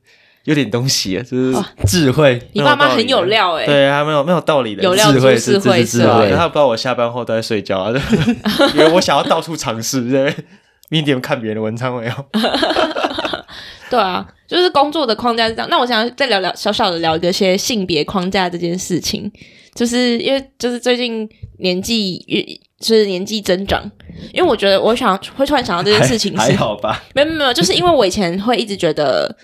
Speaker 1: 有点东西啊，就是、
Speaker 2: 哇
Speaker 3: 智慧，
Speaker 2: 你爸妈很有料哎、
Speaker 1: 对啊，没有没有道理的，
Speaker 2: 有料
Speaker 3: 智
Speaker 2: 出
Speaker 3: 慧
Speaker 2: 智
Speaker 3: 是这
Speaker 2: 慧
Speaker 3: 是
Speaker 2: 社
Speaker 3: 智
Speaker 1: 对啊，
Speaker 3: 慧
Speaker 1: 可是他不知道我下班后都在睡觉啊， 以为我想要到处尝试。对你你们看别人的文章没有？
Speaker 2: 对啊，就是工作的框架是这样。那我想要再聊聊小小的聊一个些性别框架这件事情，就是因为就是最近年纪越就是年纪增长，因为我觉得我想会突然想到这件事情
Speaker 3: 还
Speaker 2: 是
Speaker 3: 还，好吧？
Speaker 2: 没有没有没有，就是因为我以前会一直觉得，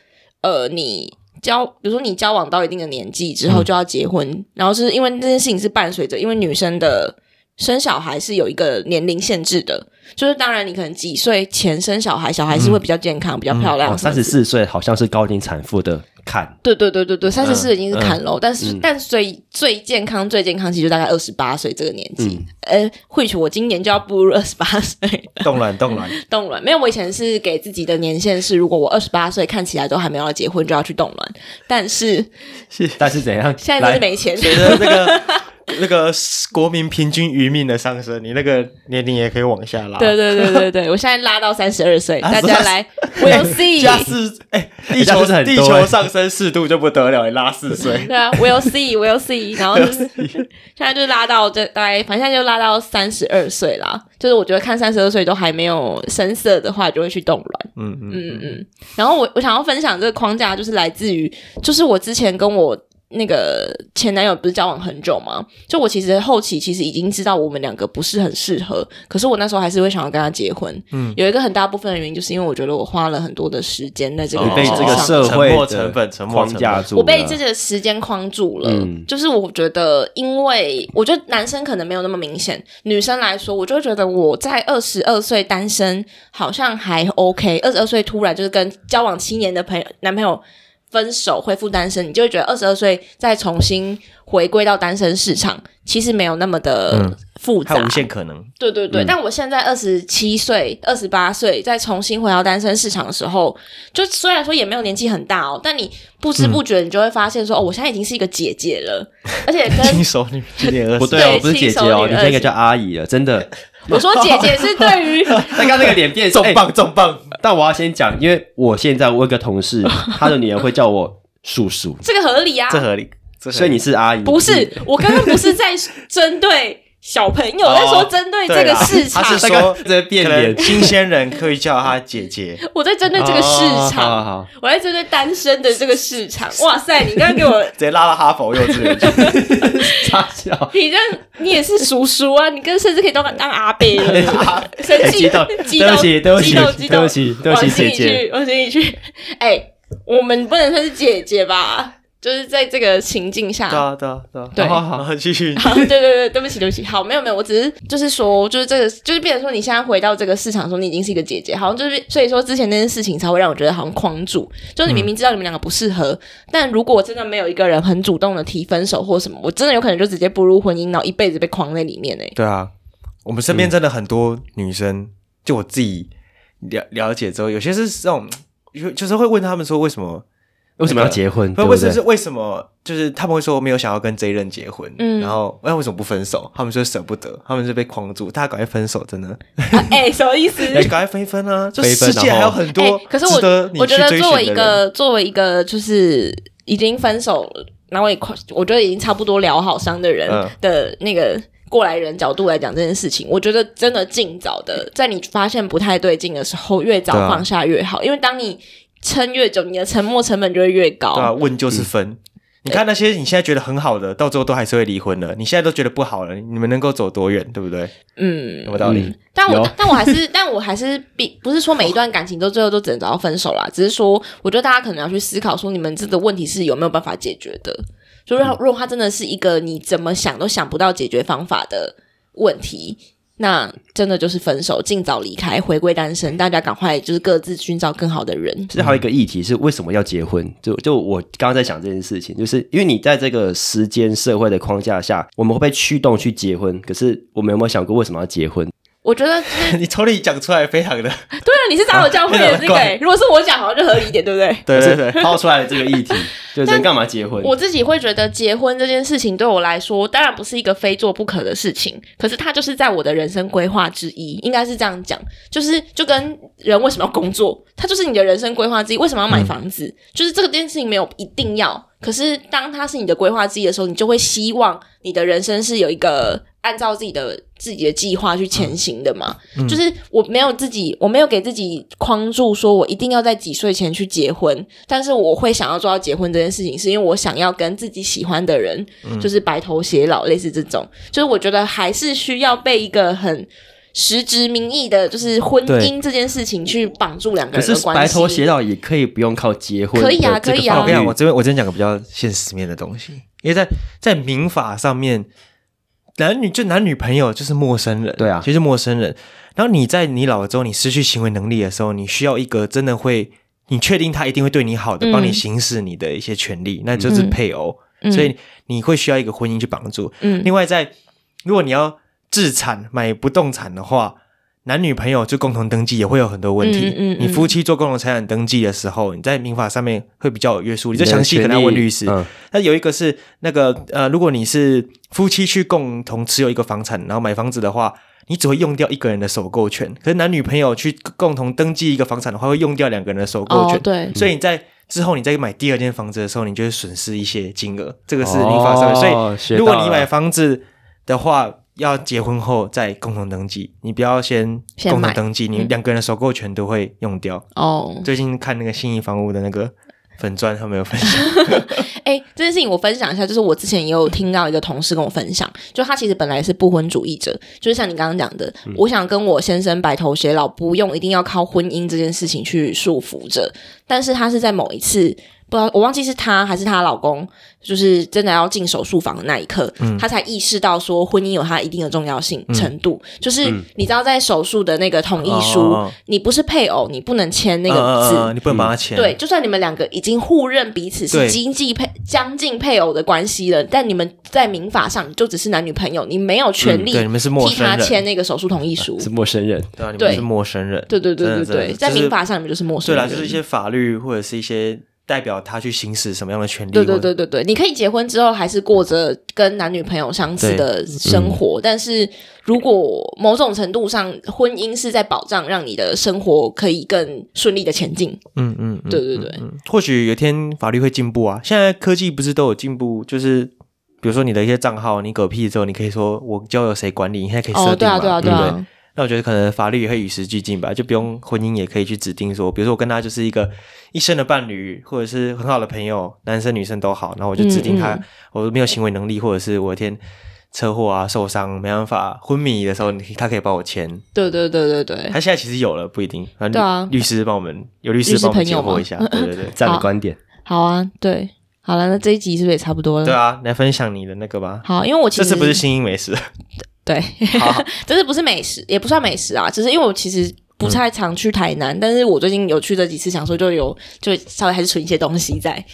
Speaker 2: 呃，你交，比如说你交往到一定的年纪之后就要结婚，然后是因为这件事情是伴随着，因为女生的生小孩是有一个年龄限制的，就是当然你可能几
Speaker 3: 嗯哦
Speaker 2: 岁前生小孩，小孩是会比较健康、比较漂亮、
Speaker 3: 三十，四岁好像是高龄产妇的看，
Speaker 2: 对对对对对，三十四
Speaker 3: 嗯
Speaker 2: 已经是砍喽、但是、但最最健康最健康其实就大概二十八岁这个年
Speaker 3: 嗯
Speaker 2: 纪。呃，或许我今年就要步入二十八岁了，
Speaker 1: 冻卵冻 卵，
Speaker 2: 冻卵。没有，我以前是给自己的年限是，如果我二十八岁看起来都还没有要结婚，就要去冻卵。但是
Speaker 3: 嗯但是怎样？
Speaker 2: 现在真
Speaker 3: 来
Speaker 2: 是没钱，
Speaker 1: 随着那个那个国民平均余命的上升，你那个年龄也可以往下拉。
Speaker 2: 对对对对对，我现在拉到三十二岁，
Speaker 1: 啊
Speaker 2: 大家来，We'll see，
Speaker 1: 加四哎，地
Speaker 3: 加
Speaker 1: 球
Speaker 3: 四很多
Speaker 1: 地
Speaker 3: 欸
Speaker 1: 球上升四度就不得了，你拉四岁。
Speaker 2: 对啊，We'll see，We'll see，然后就是现在就拉到这大概，反正现在就拉到三十二岁啦。就是我觉得看三十二岁都还没有生色的话，就会去冻卵。
Speaker 1: 嗯嗯，
Speaker 2: 嗯嗯。然后我我想要分享这个框架，就是来自于，就是我之前跟我。那个前男友不是交往很久吗？就我其实后期其实已经知道我们两个不是很适合，可是我那时候还是会想要跟他结婚。嗯，有一个很大部分的原因就是因为我觉得我花了很多的时间在这个
Speaker 3: 哦你
Speaker 2: 人
Speaker 3: 被
Speaker 2: 身
Speaker 3: 这个
Speaker 2: 上
Speaker 3: 社会
Speaker 1: 哦沉默
Speaker 3: 的
Speaker 1: 成本沉默
Speaker 3: 框
Speaker 1: 成本
Speaker 3: 架住了，
Speaker 2: 我被这个时间框住了，
Speaker 3: 嗯
Speaker 2: 就是我觉得，因为我觉得男生可能没有那么明显，女生来说，我就会觉得我在二十二岁单身好像还 OK，二十二岁突然就是跟交往七年的朋友男朋友分手恢复单身，你就会觉得二十二岁再重新回归到单身市场，其实没有那么的
Speaker 1: 嗯
Speaker 2: 复杂，
Speaker 1: 它无限可能。
Speaker 2: 对对对，但我现在二十七岁、二十八岁，再重新回到单身市场的时候，就虽然说也没有年纪很大哦，但你不
Speaker 1: 嗯
Speaker 2: 知不觉你就会发现说，哦，我现在已经是一个姐姐了，而且
Speaker 1: 听
Speaker 2: 跟
Speaker 1: 手 你今年二
Speaker 3: 不
Speaker 1: 十，哎
Speaker 3: 对哦，
Speaker 2: 对
Speaker 3: 不是姐姐
Speaker 2: 亲手
Speaker 3: 哦，
Speaker 2: 女
Speaker 3: 你现在应该
Speaker 2: 二十
Speaker 3: 叫阿姨了，真的。
Speaker 2: 我说姐姐是对 于
Speaker 3: 刚刚那个脸变哎
Speaker 1: 重磅重磅，
Speaker 3: 但我要先讲，因为我现在我有个同事，他的女儿会叫我叔 叔，
Speaker 2: 这个合理啊，
Speaker 1: 这合理。嗯这合理
Speaker 3: 所以你是阿姨，
Speaker 2: 不是我刚刚不是在针对小朋友，在说针对这
Speaker 1: 哦对
Speaker 2: 个
Speaker 1: 啦
Speaker 2: 市场，
Speaker 1: 他 是
Speaker 3: 这
Speaker 1: 说
Speaker 3: 个在变
Speaker 1: 可
Speaker 3: 脸
Speaker 1: 能。新鲜人可以叫她姐姐，
Speaker 2: 我在针对这个市
Speaker 1: 啊
Speaker 3: 哦 好好
Speaker 2: 场，
Speaker 3: 好
Speaker 2: 我在针对单身的这个市场。哇塞，你刚刚给我
Speaker 1: 直接拉到哈佛幼稚园去。
Speaker 3: 傻笑。
Speaker 2: 你这样，你也是叔叔啊，你跟甚至可以当当阿 伯了，生气，
Speaker 3: 激动
Speaker 2: 激
Speaker 3: 对不起对不起
Speaker 2: 激动，激动
Speaker 3: 对不起对不起
Speaker 2: 往心
Speaker 3: 姐
Speaker 2: 里
Speaker 3: 姐
Speaker 2: 去，往 心里去。哎、我们不能算是姐姐吧？就是在这个情境下，
Speaker 1: 对啊对啊对啊，
Speaker 2: 对
Speaker 1: 好好好，继续。
Speaker 2: 好，对对对，对不起，对不起。好，没有没有，我只是就是说，就是这个，就是变成说，你现在回到这个市场的时候，你已经是一个姐姐，好像就是所以说之前那件事情才会让我觉得好像框住，就是你明明知道你们两个不适合，但如果真的没有一个人很主动的提分手或什么，我真的有可能就直接步入婚姻，然后一辈子被框在里面呢、欸
Speaker 1: 对啊，我们
Speaker 3: 嗯
Speaker 1: 身边真的很多女生，就我自己了了解之后，有些是这种，有就是会问他们说为什么，
Speaker 3: 为什么要结婚？
Speaker 1: 会
Speaker 3: 对不
Speaker 1: 问是是
Speaker 3: 嗯对？
Speaker 1: 为什么，就是他们会说没有想要跟这一任结婚，
Speaker 2: 嗯
Speaker 1: 然后哎那为什么不分手？他们说舍不得，他们是被框住，大家赶快分手，真的，
Speaker 2: 啊 哎、什么意思？
Speaker 1: 就赶快分一分 啊！就
Speaker 3: 分一分
Speaker 1: 世界还有很
Speaker 2: 哎，
Speaker 1: 多
Speaker 2: 可是
Speaker 1: 值得
Speaker 2: 我
Speaker 1: 你
Speaker 2: 我觉
Speaker 1: 去
Speaker 2: 得
Speaker 1: 追
Speaker 2: 作为
Speaker 1: 寻
Speaker 2: 一
Speaker 1: 的人。
Speaker 2: 个作为一个就是已经分手了，然后也快我觉得已经差不多疗好伤的人
Speaker 1: 嗯
Speaker 2: 的那个。过来人角度来讲这件事情，我觉得真的尽早的，在你发现不太对劲的时候，越早
Speaker 1: 对啊
Speaker 2: 放下越好。因为当你撑越久，你的沉没成本就会越高。
Speaker 1: 对啊，问
Speaker 3: 嗯
Speaker 1: 就是分。
Speaker 2: 哎
Speaker 1: 你看那些你现在觉得很好的，到最后都还是会离婚的。你现在都觉得不好了，你们能够走多远，对不对？
Speaker 2: 嗯，
Speaker 1: 有没有道理？
Speaker 3: 嗯
Speaker 2: 但我
Speaker 3: 有
Speaker 2: 但我还是但我还是比不是说每一段感情都最后都只能找到分手啦，只是说我觉得大家可能要去思考说你们这个问题是有没有办法解决的。就是它如果它真的是一个你怎么想都想不到解决方法的问题，那真的就是分手，尽早离开，回归单身，大家赶快就是各自寻找更好的人。
Speaker 3: 其实还有一个议题是为什么要结婚？就就我刚刚在想这件事情，就是因为你在这个时间社会的框架下，我们会被驱动去结婚。可是我们有没有想过为什么要结婚？
Speaker 2: 我觉得就是
Speaker 1: 你从里讲出来非常的，
Speaker 2: 对啊，你是长有教会的这个、
Speaker 1: 啊
Speaker 2: 欸，如果是我讲好像就合理一点，对不对？
Speaker 1: 对对对，
Speaker 3: 抛出来的这个议 题，就人干嘛结婚？
Speaker 2: 我自己会觉得结婚这件事情对我来说，当然不是一个非做不可的事情，可是它就是在我的人生规划之一，应该是这样讲，就是就跟人为什么要工作，它就是你的人生规划之一。为什么要买房子？就是这个件事情没有一定要，可是当它是你的规划之一的时候，你就会希望你的人生是有一个按照自己的自己的计划去前行的嘛。
Speaker 3: 嗯
Speaker 2: 就是我没有自己，我没有给自己框住，说我一定要在几岁前去结婚。但是我会想要做到结婚这件事情，是因为我想要跟自己喜欢的人，
Speaker 3: 嗯
Speaker 2: 就是白头偕老，类似这种。就是我觉得还是需要被一个很实质名义的，就是婚
Speaker 3: 对
Speaker 2: 姻这件事情去绑住两个
Speaker 3: 可
Speaker 2: 人的
Speaker 3: 是
Speaker 2: 关系。
Speaker 3: 白头偕老也可以不用靠结婚的
Speaker 2: 可
Speaker 3: 这
Speaker 2: 以啊
Speaker 3: 个法律，
Speaker 2: 可以啊
Speaker 1: 我跟你讲，我这边我这边讲个比较现实面的东西，因为在在民法上面，男女就男女朋友就是陌生人，
Speaker 3: 对啊
Speaker 1: 就是陌生人。然后你在你老了之后，你失去行为能力的时候，你需要一个真的会你确定他一定会对你好的，
Speaker 2: 嗯
Speaker 1: 帮你行使你的一些权利，那就是配偶，
Speaker 2: 嗯
Speaker 1: 所以你会需要一个婚姻去绑住。
Speaker 2: 嗯
Speaker 1: 另外在，如果你要自产买不动产的话，男女朋友就共同登记也会有很多问题。
Speaker 2: 嗯嗯嗯
Speaker 1: 你夫妻做共同财产登记的时候，你在民法上面会比较有约束力，这
Speaker 3: 你的
Speaker 1: 详细可
Speaker 3: 权
Speaker 1: 能要问
Speaker 3: 利
Speaker 1: 律师。
Speaker 3: 嗯
Speaker 1: 那有一个是那个呃，如果你是夫妻去共同持有一个房产，然后买房子的话，你只会用掉一个人的首购权。可是男女朋友去共同登记一个房产的话，会用掉两个人的首购权。
Speaker 2: 哦，对，
Speaker 1: 所以你在之后你再买第二间房子的时候，你就会损失一些金额，这个是
Speaker 2: 嗯
Speaker 1: 民法上面。所
Speaker 3: 哦
Speaker 1: 以
Speaker 3: 学
Speaker 1: 如果
Speaker 3: 到
Speaker 1: 你
Speaker 3: 了
Speaker 1: 买房子的话，要结婚后再共同登记，你不要先
Speaker 2: 先
Speaker 1: 共同
Speaker 2: 买
Speaker 1: 登记，你
Speaker 2: 嗯
Speaker 1: 两个人的首购权都会用掉。
Speaker 2: 哦，
Speaker 1: 最近看那个信义房屋的那个粉砖，他们有分享。
Speaker 2: 哎，这件事情我分享一下，就是我之前也有听到一个同事跟我分享，就他其实本来是不婚主义者，就是像你刚刚讲的，
Speaker 1: 嗯
Speaker 2: 我想跟我先生白头偕老，不用一定要靠婚姻这件事情去束缚着。但是他是在某一次，不知道我忘记是他还是她老公，就是真的要进手术房的那一刻，
Speaker 1: 嗯
Speaker 2: 他才意识到说婚姻有它一定的重要性程度。就是你知道，在手术的那个同意书，
Speaker 1: 嗯哦哦哦
Speaker 2: 你不是配偶，你不能签那个
Speaker 1: 嗯
Speaker 2: 字。
Speaker 1: 嗯嗯嗯你不能把它签。
Speaker 2: 对，，就算你们两个已经互认彼此
Speaker 1: 对
Speaker 2: 是经济配将近配偶的关系了，但你们在民法上就只是男女朋友，你没有权利
Speaker 1: 嗯对，你们是陌
Speaker 2: 替
Speaker 1: 生
Speaker 2: 他
Speaker 1: 人，
Speaker 2: 签那个手术同意书。
Speaker 3: 是陌生人，。
Speaker 1: 对啊，你们
Speaker 2: 对
Speaker 1: 是陌生人。
Speaker 2: 对对对
Speaker 1: 真
Speaker 2: 对
Speaker 1: 的
Speaker 2: 对，在民法上你们就是陌
Speaker 1: 对
Speaker 2: 生
Speaker 1: 啦，
Speaker 2: 人。
Speaker 1: 就是一些法律或者是一些代表他去行使什么样的权利。
Speaker 2: 对对
Speaker 1: 或者
Speaker 2: 对对对，你可以结婚之后还是过着跟男女朋友相似的生
Speaker 1: 嗯
Speaker 2: 活，但是如果某种程度上婚姻是在保障让你的生活可以更顺利的前进，
Speaker 1: 嗯嗯嗯，
Speaker 2: 对对对，
Speaker 1: 嗯或许有一天法律会进步啊。现在科技不是都有进步，就是比如说你的一些账号，你嗝屁之后，你可以说我交由谁管理，你现在可以设
Speaker 2: 哦，对
Speaker 1: 定
Speaker 2: 啊
Speaker 1: 嘛，
Speaker 2: 对啊
Speaker 1: 对
Speaker 2: 对
Speaker 1: 不
Speaker 2: 啊，
Speaker 1: 对？那我觉得可能法律也会与时俱进吧，就不用婚姻也可以去指定说，比如说我跟他就是一个一生的伴侣，或者是很好的朋友，男生女生都好，然后我就指定他，
Speaker 2: 嗯嗯
Speaker 1: 我没有行为能力，或者是我有一天车祸啊受伤没办法昏迷的时候，你他可以帮我签。
Speaker 2: 对对对对对。
Speaker 1: 他现在其实有了，不一定。啊律
Speaker 2: 对啊
Speaker 1: 律师帮我们有律
Speaker 2: 律
Speaker 1: 师
Speaker 2: 师
Speaker 1: 帮我们
Speaker 2: 朋
Speaker 1: 解
Speaker 2: 友
Speaker 1: 惑
Speaker 2: 嘛
Speaker 1: 一下，对对对
Speaker 3: 这样的
Speaker 2: 好
Speaker 3: 观点，
Speaker 2: 好啊，对，好了，那这一集是不是也差不多了？
Speaker 1: 对啊，来分享你的那个吧。
Speaker 2: 嗯好，因为我其
Speaker 1: 这
Speaker 2: 实
Speaker 1: 次不是新英美食，
Speaker 2: 对，
Speaker 1: 好，
Speaker 2: 这次不是美食，也不算美食啊，只是因为我其实
Speaker 1: 嗯
Speaker 2: 不太常去台南，但是我最近有去这几次，想说就有就稍微还是存一些东西在。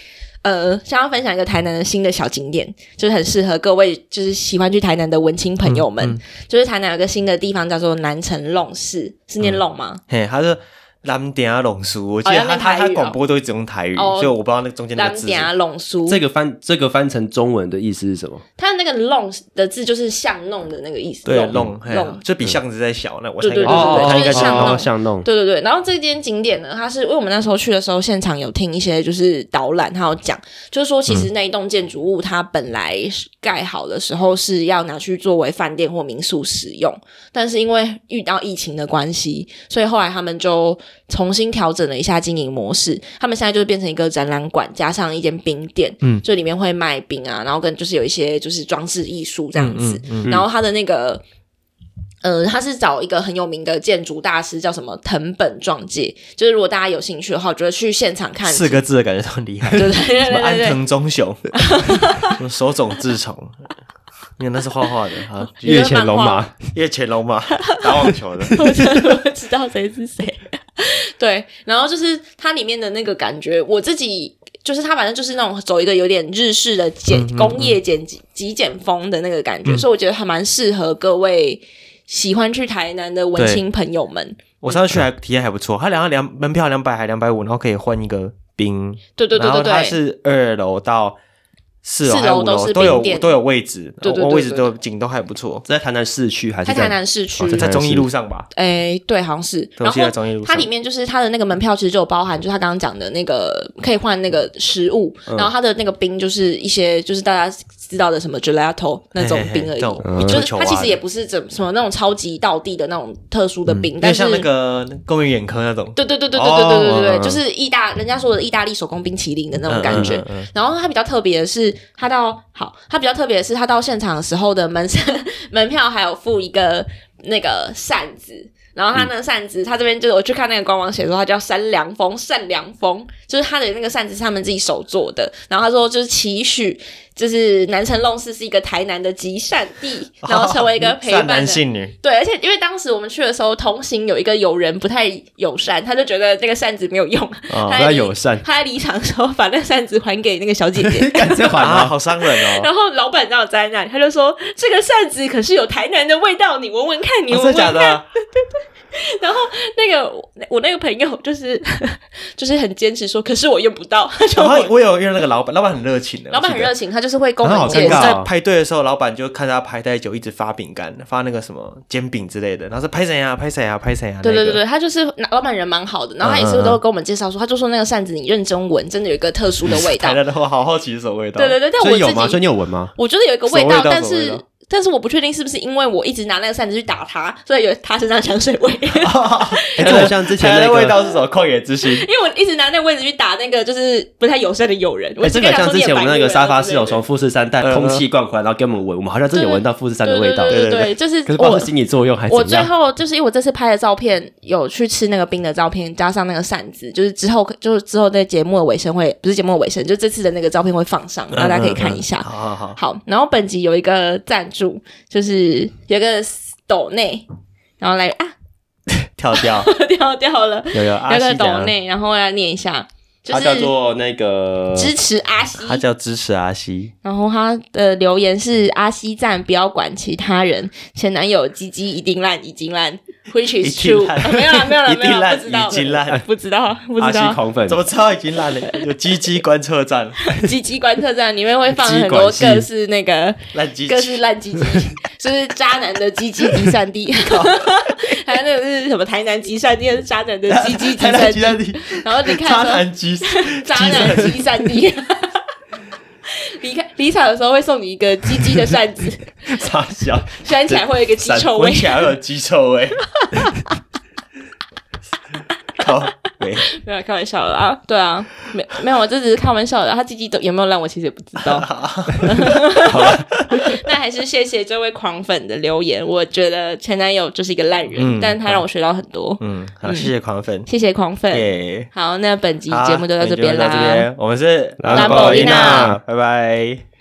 Speaker 2: 呃，想要分享一个台南的新的小景点，就是很适合各位就是喜欢去台南的文青朋友
Speaker 1: 嗯
Speaker 2: 们。就是台南有一个新的地方叫做南城弄市，是
Speaker 1: 嗯
Speaker 2: 念弄吗？
Speaker 1: 嘿，他是蓝点啊龙叔，我记得
Speaker 2: 要
Speaker 1: 他
Speaker 2: 念
Speaker 1: 他
Speaker 2: 台
Speaker 1: 他
Speaker 2: 语哦
Speaker 1: 广播都一直用台语，
Speaker 2: 哦啊
Speaker 1: 所以我不知道那个中间那
Speaker 2: 南
Speaker 1: 个字是什么。
Speaker 2: 嗲弄书，
Speaker 3: 这个翻这个翻成中文的意思是什么？
Speaker 2: 它的那个弄的字就是巷弄的那个意思，
Speaker 1: 对，啊
Speaker 2: 弄
Speaker 1: 弄嘿
Speaker 2: 弄
Speaker 1: 就比巷子再小。那我
Speaker 2: 对
Speaker 1: 猜应该
Speaker 2: 对
Speaker 3: 哦
Speaker 2: 对对
Speaker 1: 它应该
Speaker 2: 就是像那
Speaker 1: 弄
Speaker 2: 种
Speaker 3: 像弄，
Speaker 2: 对对对，然后这间景点呢，它是因为我们那时候去的时候，现场有听一些就是导览，他有讲，就是说其实那一栋建筑物它本来是盖好的时候是要拿去作为饭店或民宿使用，但是因为遇到疫情的关系，所以后来他们就重新调整了一下经营模式，他们现在就是变成一个展览馆加上一间冰店，
Speaker 1: 嗯
Speaker 2: 就里面会卖冰啊，然后跟就是有一些就是装置艺术这样子，
Speaker 1: 嗯
Speaker 2: 然后他的那个，呃，他是找一个很有名的建筑大师，叫什么藤本壮介。就是如果大家有兴趣的话，我觉得去现场看
Speaker 1: 四个字的感觉都很厉害，
Speaker 2: 对对 对
Speaker 1: 什么
Speaker 2: 对
Speaker 1: 安
Speaker 2: 对
Speaker 1: 藤忠 雄，什么手冢治虫，因为那是画画 的啊，
Speaker 2: 你
Speaker 3: 月
Speaker 2: 说
Speaker 3: 前
Speaker 2: 漫
Speaker 3: 龙
Speaker 2: 画
Speaker 3: 马，
Speaker 1: 叶乾龙嘛，打网球 的，
Speaker 2: 我真的不知道谁是谁。对，然后就是它里面的那个感觉，我自己就是它反正就是那种走一个有点日式的简、
Speaker 1: 嗯
Speaker 2: 工业简极简风的那个感觉，所以我觉得还蛮适合各位喜欢去台南的文
Speaker 1: 对
Speaker 2: 青朋友们。
Speaker 1: 我上次去还体验还不错，它两两门票两百还两百五，然后可以换一个冰，
Speaker 2: 对对对
Speaker 1: 然后
Speaker 2: 对对，
Speaker 1: 它是二楼到。四楼
Speaker 2: 四楼
Speaker 1: 还有五
Speaker 2: 都是
Speaker 1: 都有
Speaker 2: 冰店
Speaker 1: 都有位置，
Speaker 2: 对对对
Speaker 1: 我位置
Speaker 2: 对
Speaker 1: 都有景都还不错，
Speaker 3: 在台南市区还
Speaker 2: 在
Speaker 3: 是
Speaker 2: 台南市区
Speaker 3: 哦，在
Speaker 1: 在中义路上吧，
Speaker 2: 诶，对，好像是。
Speaker 1: 对
Speaker 2: 然
Speaker 1: 我记得
Speaker 2: 后
Speaker 1: 在中义路上
Speaker 2: 它里面就是它的那个门票，其实就有包含，就是他刚刚讲的那个可以换那个食物，
Speaker 1: 嗯
Speaker 2: 然后它的那个冰就是一些就是大家知道的什么 gelato 那种冰
Speaker 1: 嘿嘿
Speaker 2: 而
Speaker 1: 嘿这
Speaker 2: 已，
Speaker 1: 种
Speaker 3: 嗯
Speaker 2: 就
Speaker 1: 球
Speaker 2: 是
Speaker 1: 球
Speaker 2: 它其
Speaker 1: 啊
Speaker 2: 实也不是怎什么那种超级道地的那种特殊的冰，
Speaker 1: 有
Speaker 2: 但
Speaker 1: 点嗯
Speaker 2: 是
Speaker 1: 像那个公园眼科那种
Speaker 2: 对对对对对对对对对，
Speaker 1: 哦嗯嗯嗯
Speaker 2: 就是意大人家说的意大利手工冰淇淋的那种
Speaker 1: 嗯
Speaker 2: 感觉。
Speaker 1: 嗯嗯嗯
Speaker 2: 然后它比较特别的是，它到好，它比较特别的是，它到现场的时候的门 门票还有附一个那个扇子。然后它那个扇子，它这边就是我去看那个官网写说，它叫三凉风，善良风，就是它的那个扇子是他们自己手做的。然后他说，就是期许就是南城弄寺是一个台南的集善地，然后成为一个陪
Speaker 1: 哦善
Speaker 2: 伴
Speaker 1: 男
Speaker 2: 的
Speaker 1: 信女，
Speaker 2: 对，而且因为当时我们去的时候，同行有一个友人不太友善，他就觉得那个扇子没有用，
Speaker 3: 哦 不
Speaker 2: 他
Speaker 3: 太
Speaker 2: 在离
Speaker 3: 友善。
Speaker 2: 他在离场的时候把那个扇子还给那个小姐姐
Speaker 3: 敢这还
Speaker 1: 啊，
Speaker 3: 吗？
Speaker 1: 好伤人哦。
Speaker 2: 然后老板让我站在那里，他就说：“这个扇子可是有台南的味道，你闻闻看，你
Speaker 1: 啊
Speaker 3: 哦
Speaker 2: 闻
Speaker 1: 真的
Speaker 2: 闻
Speaker 1: 假
Speaker 2: 看。
Speaker 1: 的？
Speaker 2: 然后那个我那个朋友就是 就是很坚持说，可是我用不到。他
Speaker 3: 哦
Speaker 2: 就
Speaker 1: 然后我有遇到那个老板，老板很热情的，
Speaker 2: 老板
Speaker 1: 我
Speaker 2: 很
Speaker 1: 记得
Speaker 2: 热情，他就是会跟我
Speaker 3: 很
Speaker 2: 们
Speaker 3: 好
Speaker 1: 我
Speaker 2: 介
Speaker 1: 们
Speaker 3: 尴尬哦
Speaker 2: 绍。
Speaker 1: 在排队的时候，老板就看他排太久，一直发饼干，发那个什么煎饼之类的，然后说拍谁啊，拍谁啊，拍谁啊。
Speaker 2: 对
Speaker 1: 那
Speaker 2: 对
Speaker 1: 个
Speaker 2: 对对，他就是老板人蛮好的，然后他
Speaker 3: 嗯
Speaker 2: 也是都会跟我们介绍说，他就说那个扇子你认真闻，真的有一个特殊的味 道
Speaker 1: 台。南的话，好好奇是什么味道。
Speaker 2: 对对对，但我
Speaker 3: 所以有吗？所
Speaker 2: 自
Speaker 3: 以
Speaker 2: 己
Speaker 3: 你有闻吗？
Speaker 2: 我觉得有一个味
Speaker 1: 什么
Speaker 2: 道，
Speaker 1: 味道
Speaker 2: 但
Speaker 1: 什么味
Speaker 2: 是
Speaker 1: 道
Speaker 2: 但是我不确定是不是因为我一直拿那个扇子去打他，所以有他身上香 水味。
Speaker 3: 哎，这好像之
Speaker 1: 台
Speaker 3: 前
Speaker 1: 南
Speaker 3: 那
Speaker 1: 的
Speaker 3: 个
Speaker 1: 味道是什么？旷野之心。
Speaker 2: 因为我一直拿那个位置去打那个就是不太友善的友人，我
Speaker 3: 哎，
Speaker 2: 一直
Speaker 3: 这
Speaker 2: 跟
Speaker 3: 个
Speaker 2: 他
Speaker 3: 像
Speaker 2: 说
Speaker 3: 之
Speaker 2: 你
Speaker 3: 前
Speaker 2: 也
Speaker 3: 我们
Speaker 2: 白
Speaker 3: 那
Speaker 2: 目
Speaker 3: 个
Speaker 2: 人啊
Speaker 3: 沙发
Speaker 2: 之
Speaker 3: 是
Speaker 2: 类
Speaker 3: 有
Speaker 2: 的
Speaker 3: 从富士山带
Speaker 1: 嗯
Speaker 3: 空气灌回来，然后给我们闻，我们好像真的有闻到富士山的
Speaker 2: 对
Speaker 3: 味道，
Speaker 2: 对对
Speaker 1: 对
Speaker 2: 对
Speaker 1: 对
Speaker 2: 对，就是
Speaker 3: 可是不知道
Speaker 2: 我
Speaker 3: 是心理作用还是
Speaker 2: 我
Speaker 3: 怎嗯
Speaker 2: 最
Speaker 3: 样。
Speaker 2: 后就是因为我这次拍的照片有去吃那个冰的照片，加上那个扇子，就是之后就是之后在节目的尾声会不是节目的尾声，就这次的那个照片会放上，然后大家可以看一下。
Speaker 1: 好 好好，
Speaker 2: 好，然后本集有一个赞助，就是有一个斗内，然后来啊
Speaker 1: 跳掉。
Speaker 2: 掉掉了，
Speaker 3: 有有阿
Speaker 2: 有
Speaker 3: 西
Speaker 2: 个斗
Speaker 3: 的，
Speaker 2: 内，然后来念一下，就
Speaker 3: 他
Speaker 2: 是
Speaker 3: 叫做那个
Speaker 2: 支持阿西，
Speaker 1: 呃他叫支持阿西，
Speaker 2: 然后他的留言是阿西赞，不要管其他人，前男友鸡鸡一定烂，已经烂，which
Speaker 1: 一
Speaker 2: is
Speaker 1: 定
Speaker 2: true，、
Speaker 1: 烂
Speaker 2: 哦没有啦，没有 啦，
Speaker 1: 一
Speaker 2: 没
Speaker 1: 定
Speaker 2: 有啦，
Speaker 1: 烂
Speaker 2: 不知道，
Speaker 1: 已经 烂，
Speaker 2: 不知道，不
Speaker 3: 阿
Speaker 2: 知
Speaker 3: 西
Speaker 2: 道，
Speaker 3: 狂粉
Speaker 1: 怎，么知道已经烂了？有鸡鸡观测站，
Speaker 2: 鸡鸡观测站里面会放很多
Speaker 3: 鸡管系
Speaker 2: 各式那个
Speaker 1: 烂鸡
Speaker 2: 各
Speaker 1: 鸡
Speaker 2: 式烂 鸡鸡，就是渣男的鸡鸡集散地，
Speaker 1: 哦
Speaker 2: 还有那个是什么台南集散地，还是渣男的鸡鸡 集
Speaker 1: 台南
Speaker 2: 散
Speaker 1: 鸡蛋
Speaker 2: 地，
Speaker 1: 地，
Speaker 2: 然后你
Speaker 1: 渣
Speaker 2: 看说
Speaker 1: 男鸡，
Speaker 2: 渣男集散地。 离开离场的时候会送你一个鸡鸡的扇 子，
Speaker 1: 傻笑，
Speaker 2: 扇起来会有一个鸡
Speaker 1: 散
Speaker 2: 臭味
Speaker 1: 闻。起来会有鸡臭 味。好，没
Speaker 2: 没有开玩笑的啊，对啊，没没有，我这只是开玩笑的。他鸡鸡都有没有烂，我其实也不知 道。那还是谢谢这位狂粉的留言，我觉得前男友就是一个烂人，
Speaker 1: 嗯
Speaker 2: 但他让我学到很多。
Speaker 1: 嗯，好，谢谢狂粉，
Speaker 2: 谢谢狂粉。
Speaker 1: 耶。
Speaker 2: 好，那本集
Speaker 1: 好
Speaker 2: 节目就到这边
Speaker 1: 本集就到这
Speaker 2: 啦。
Speaker 1: 边我们是
Speaker 3: 兰
Speaker 2: 博
Speaker 1: 丽
Speaker 2: 丽娜
Speaker 1: 啊拜拜。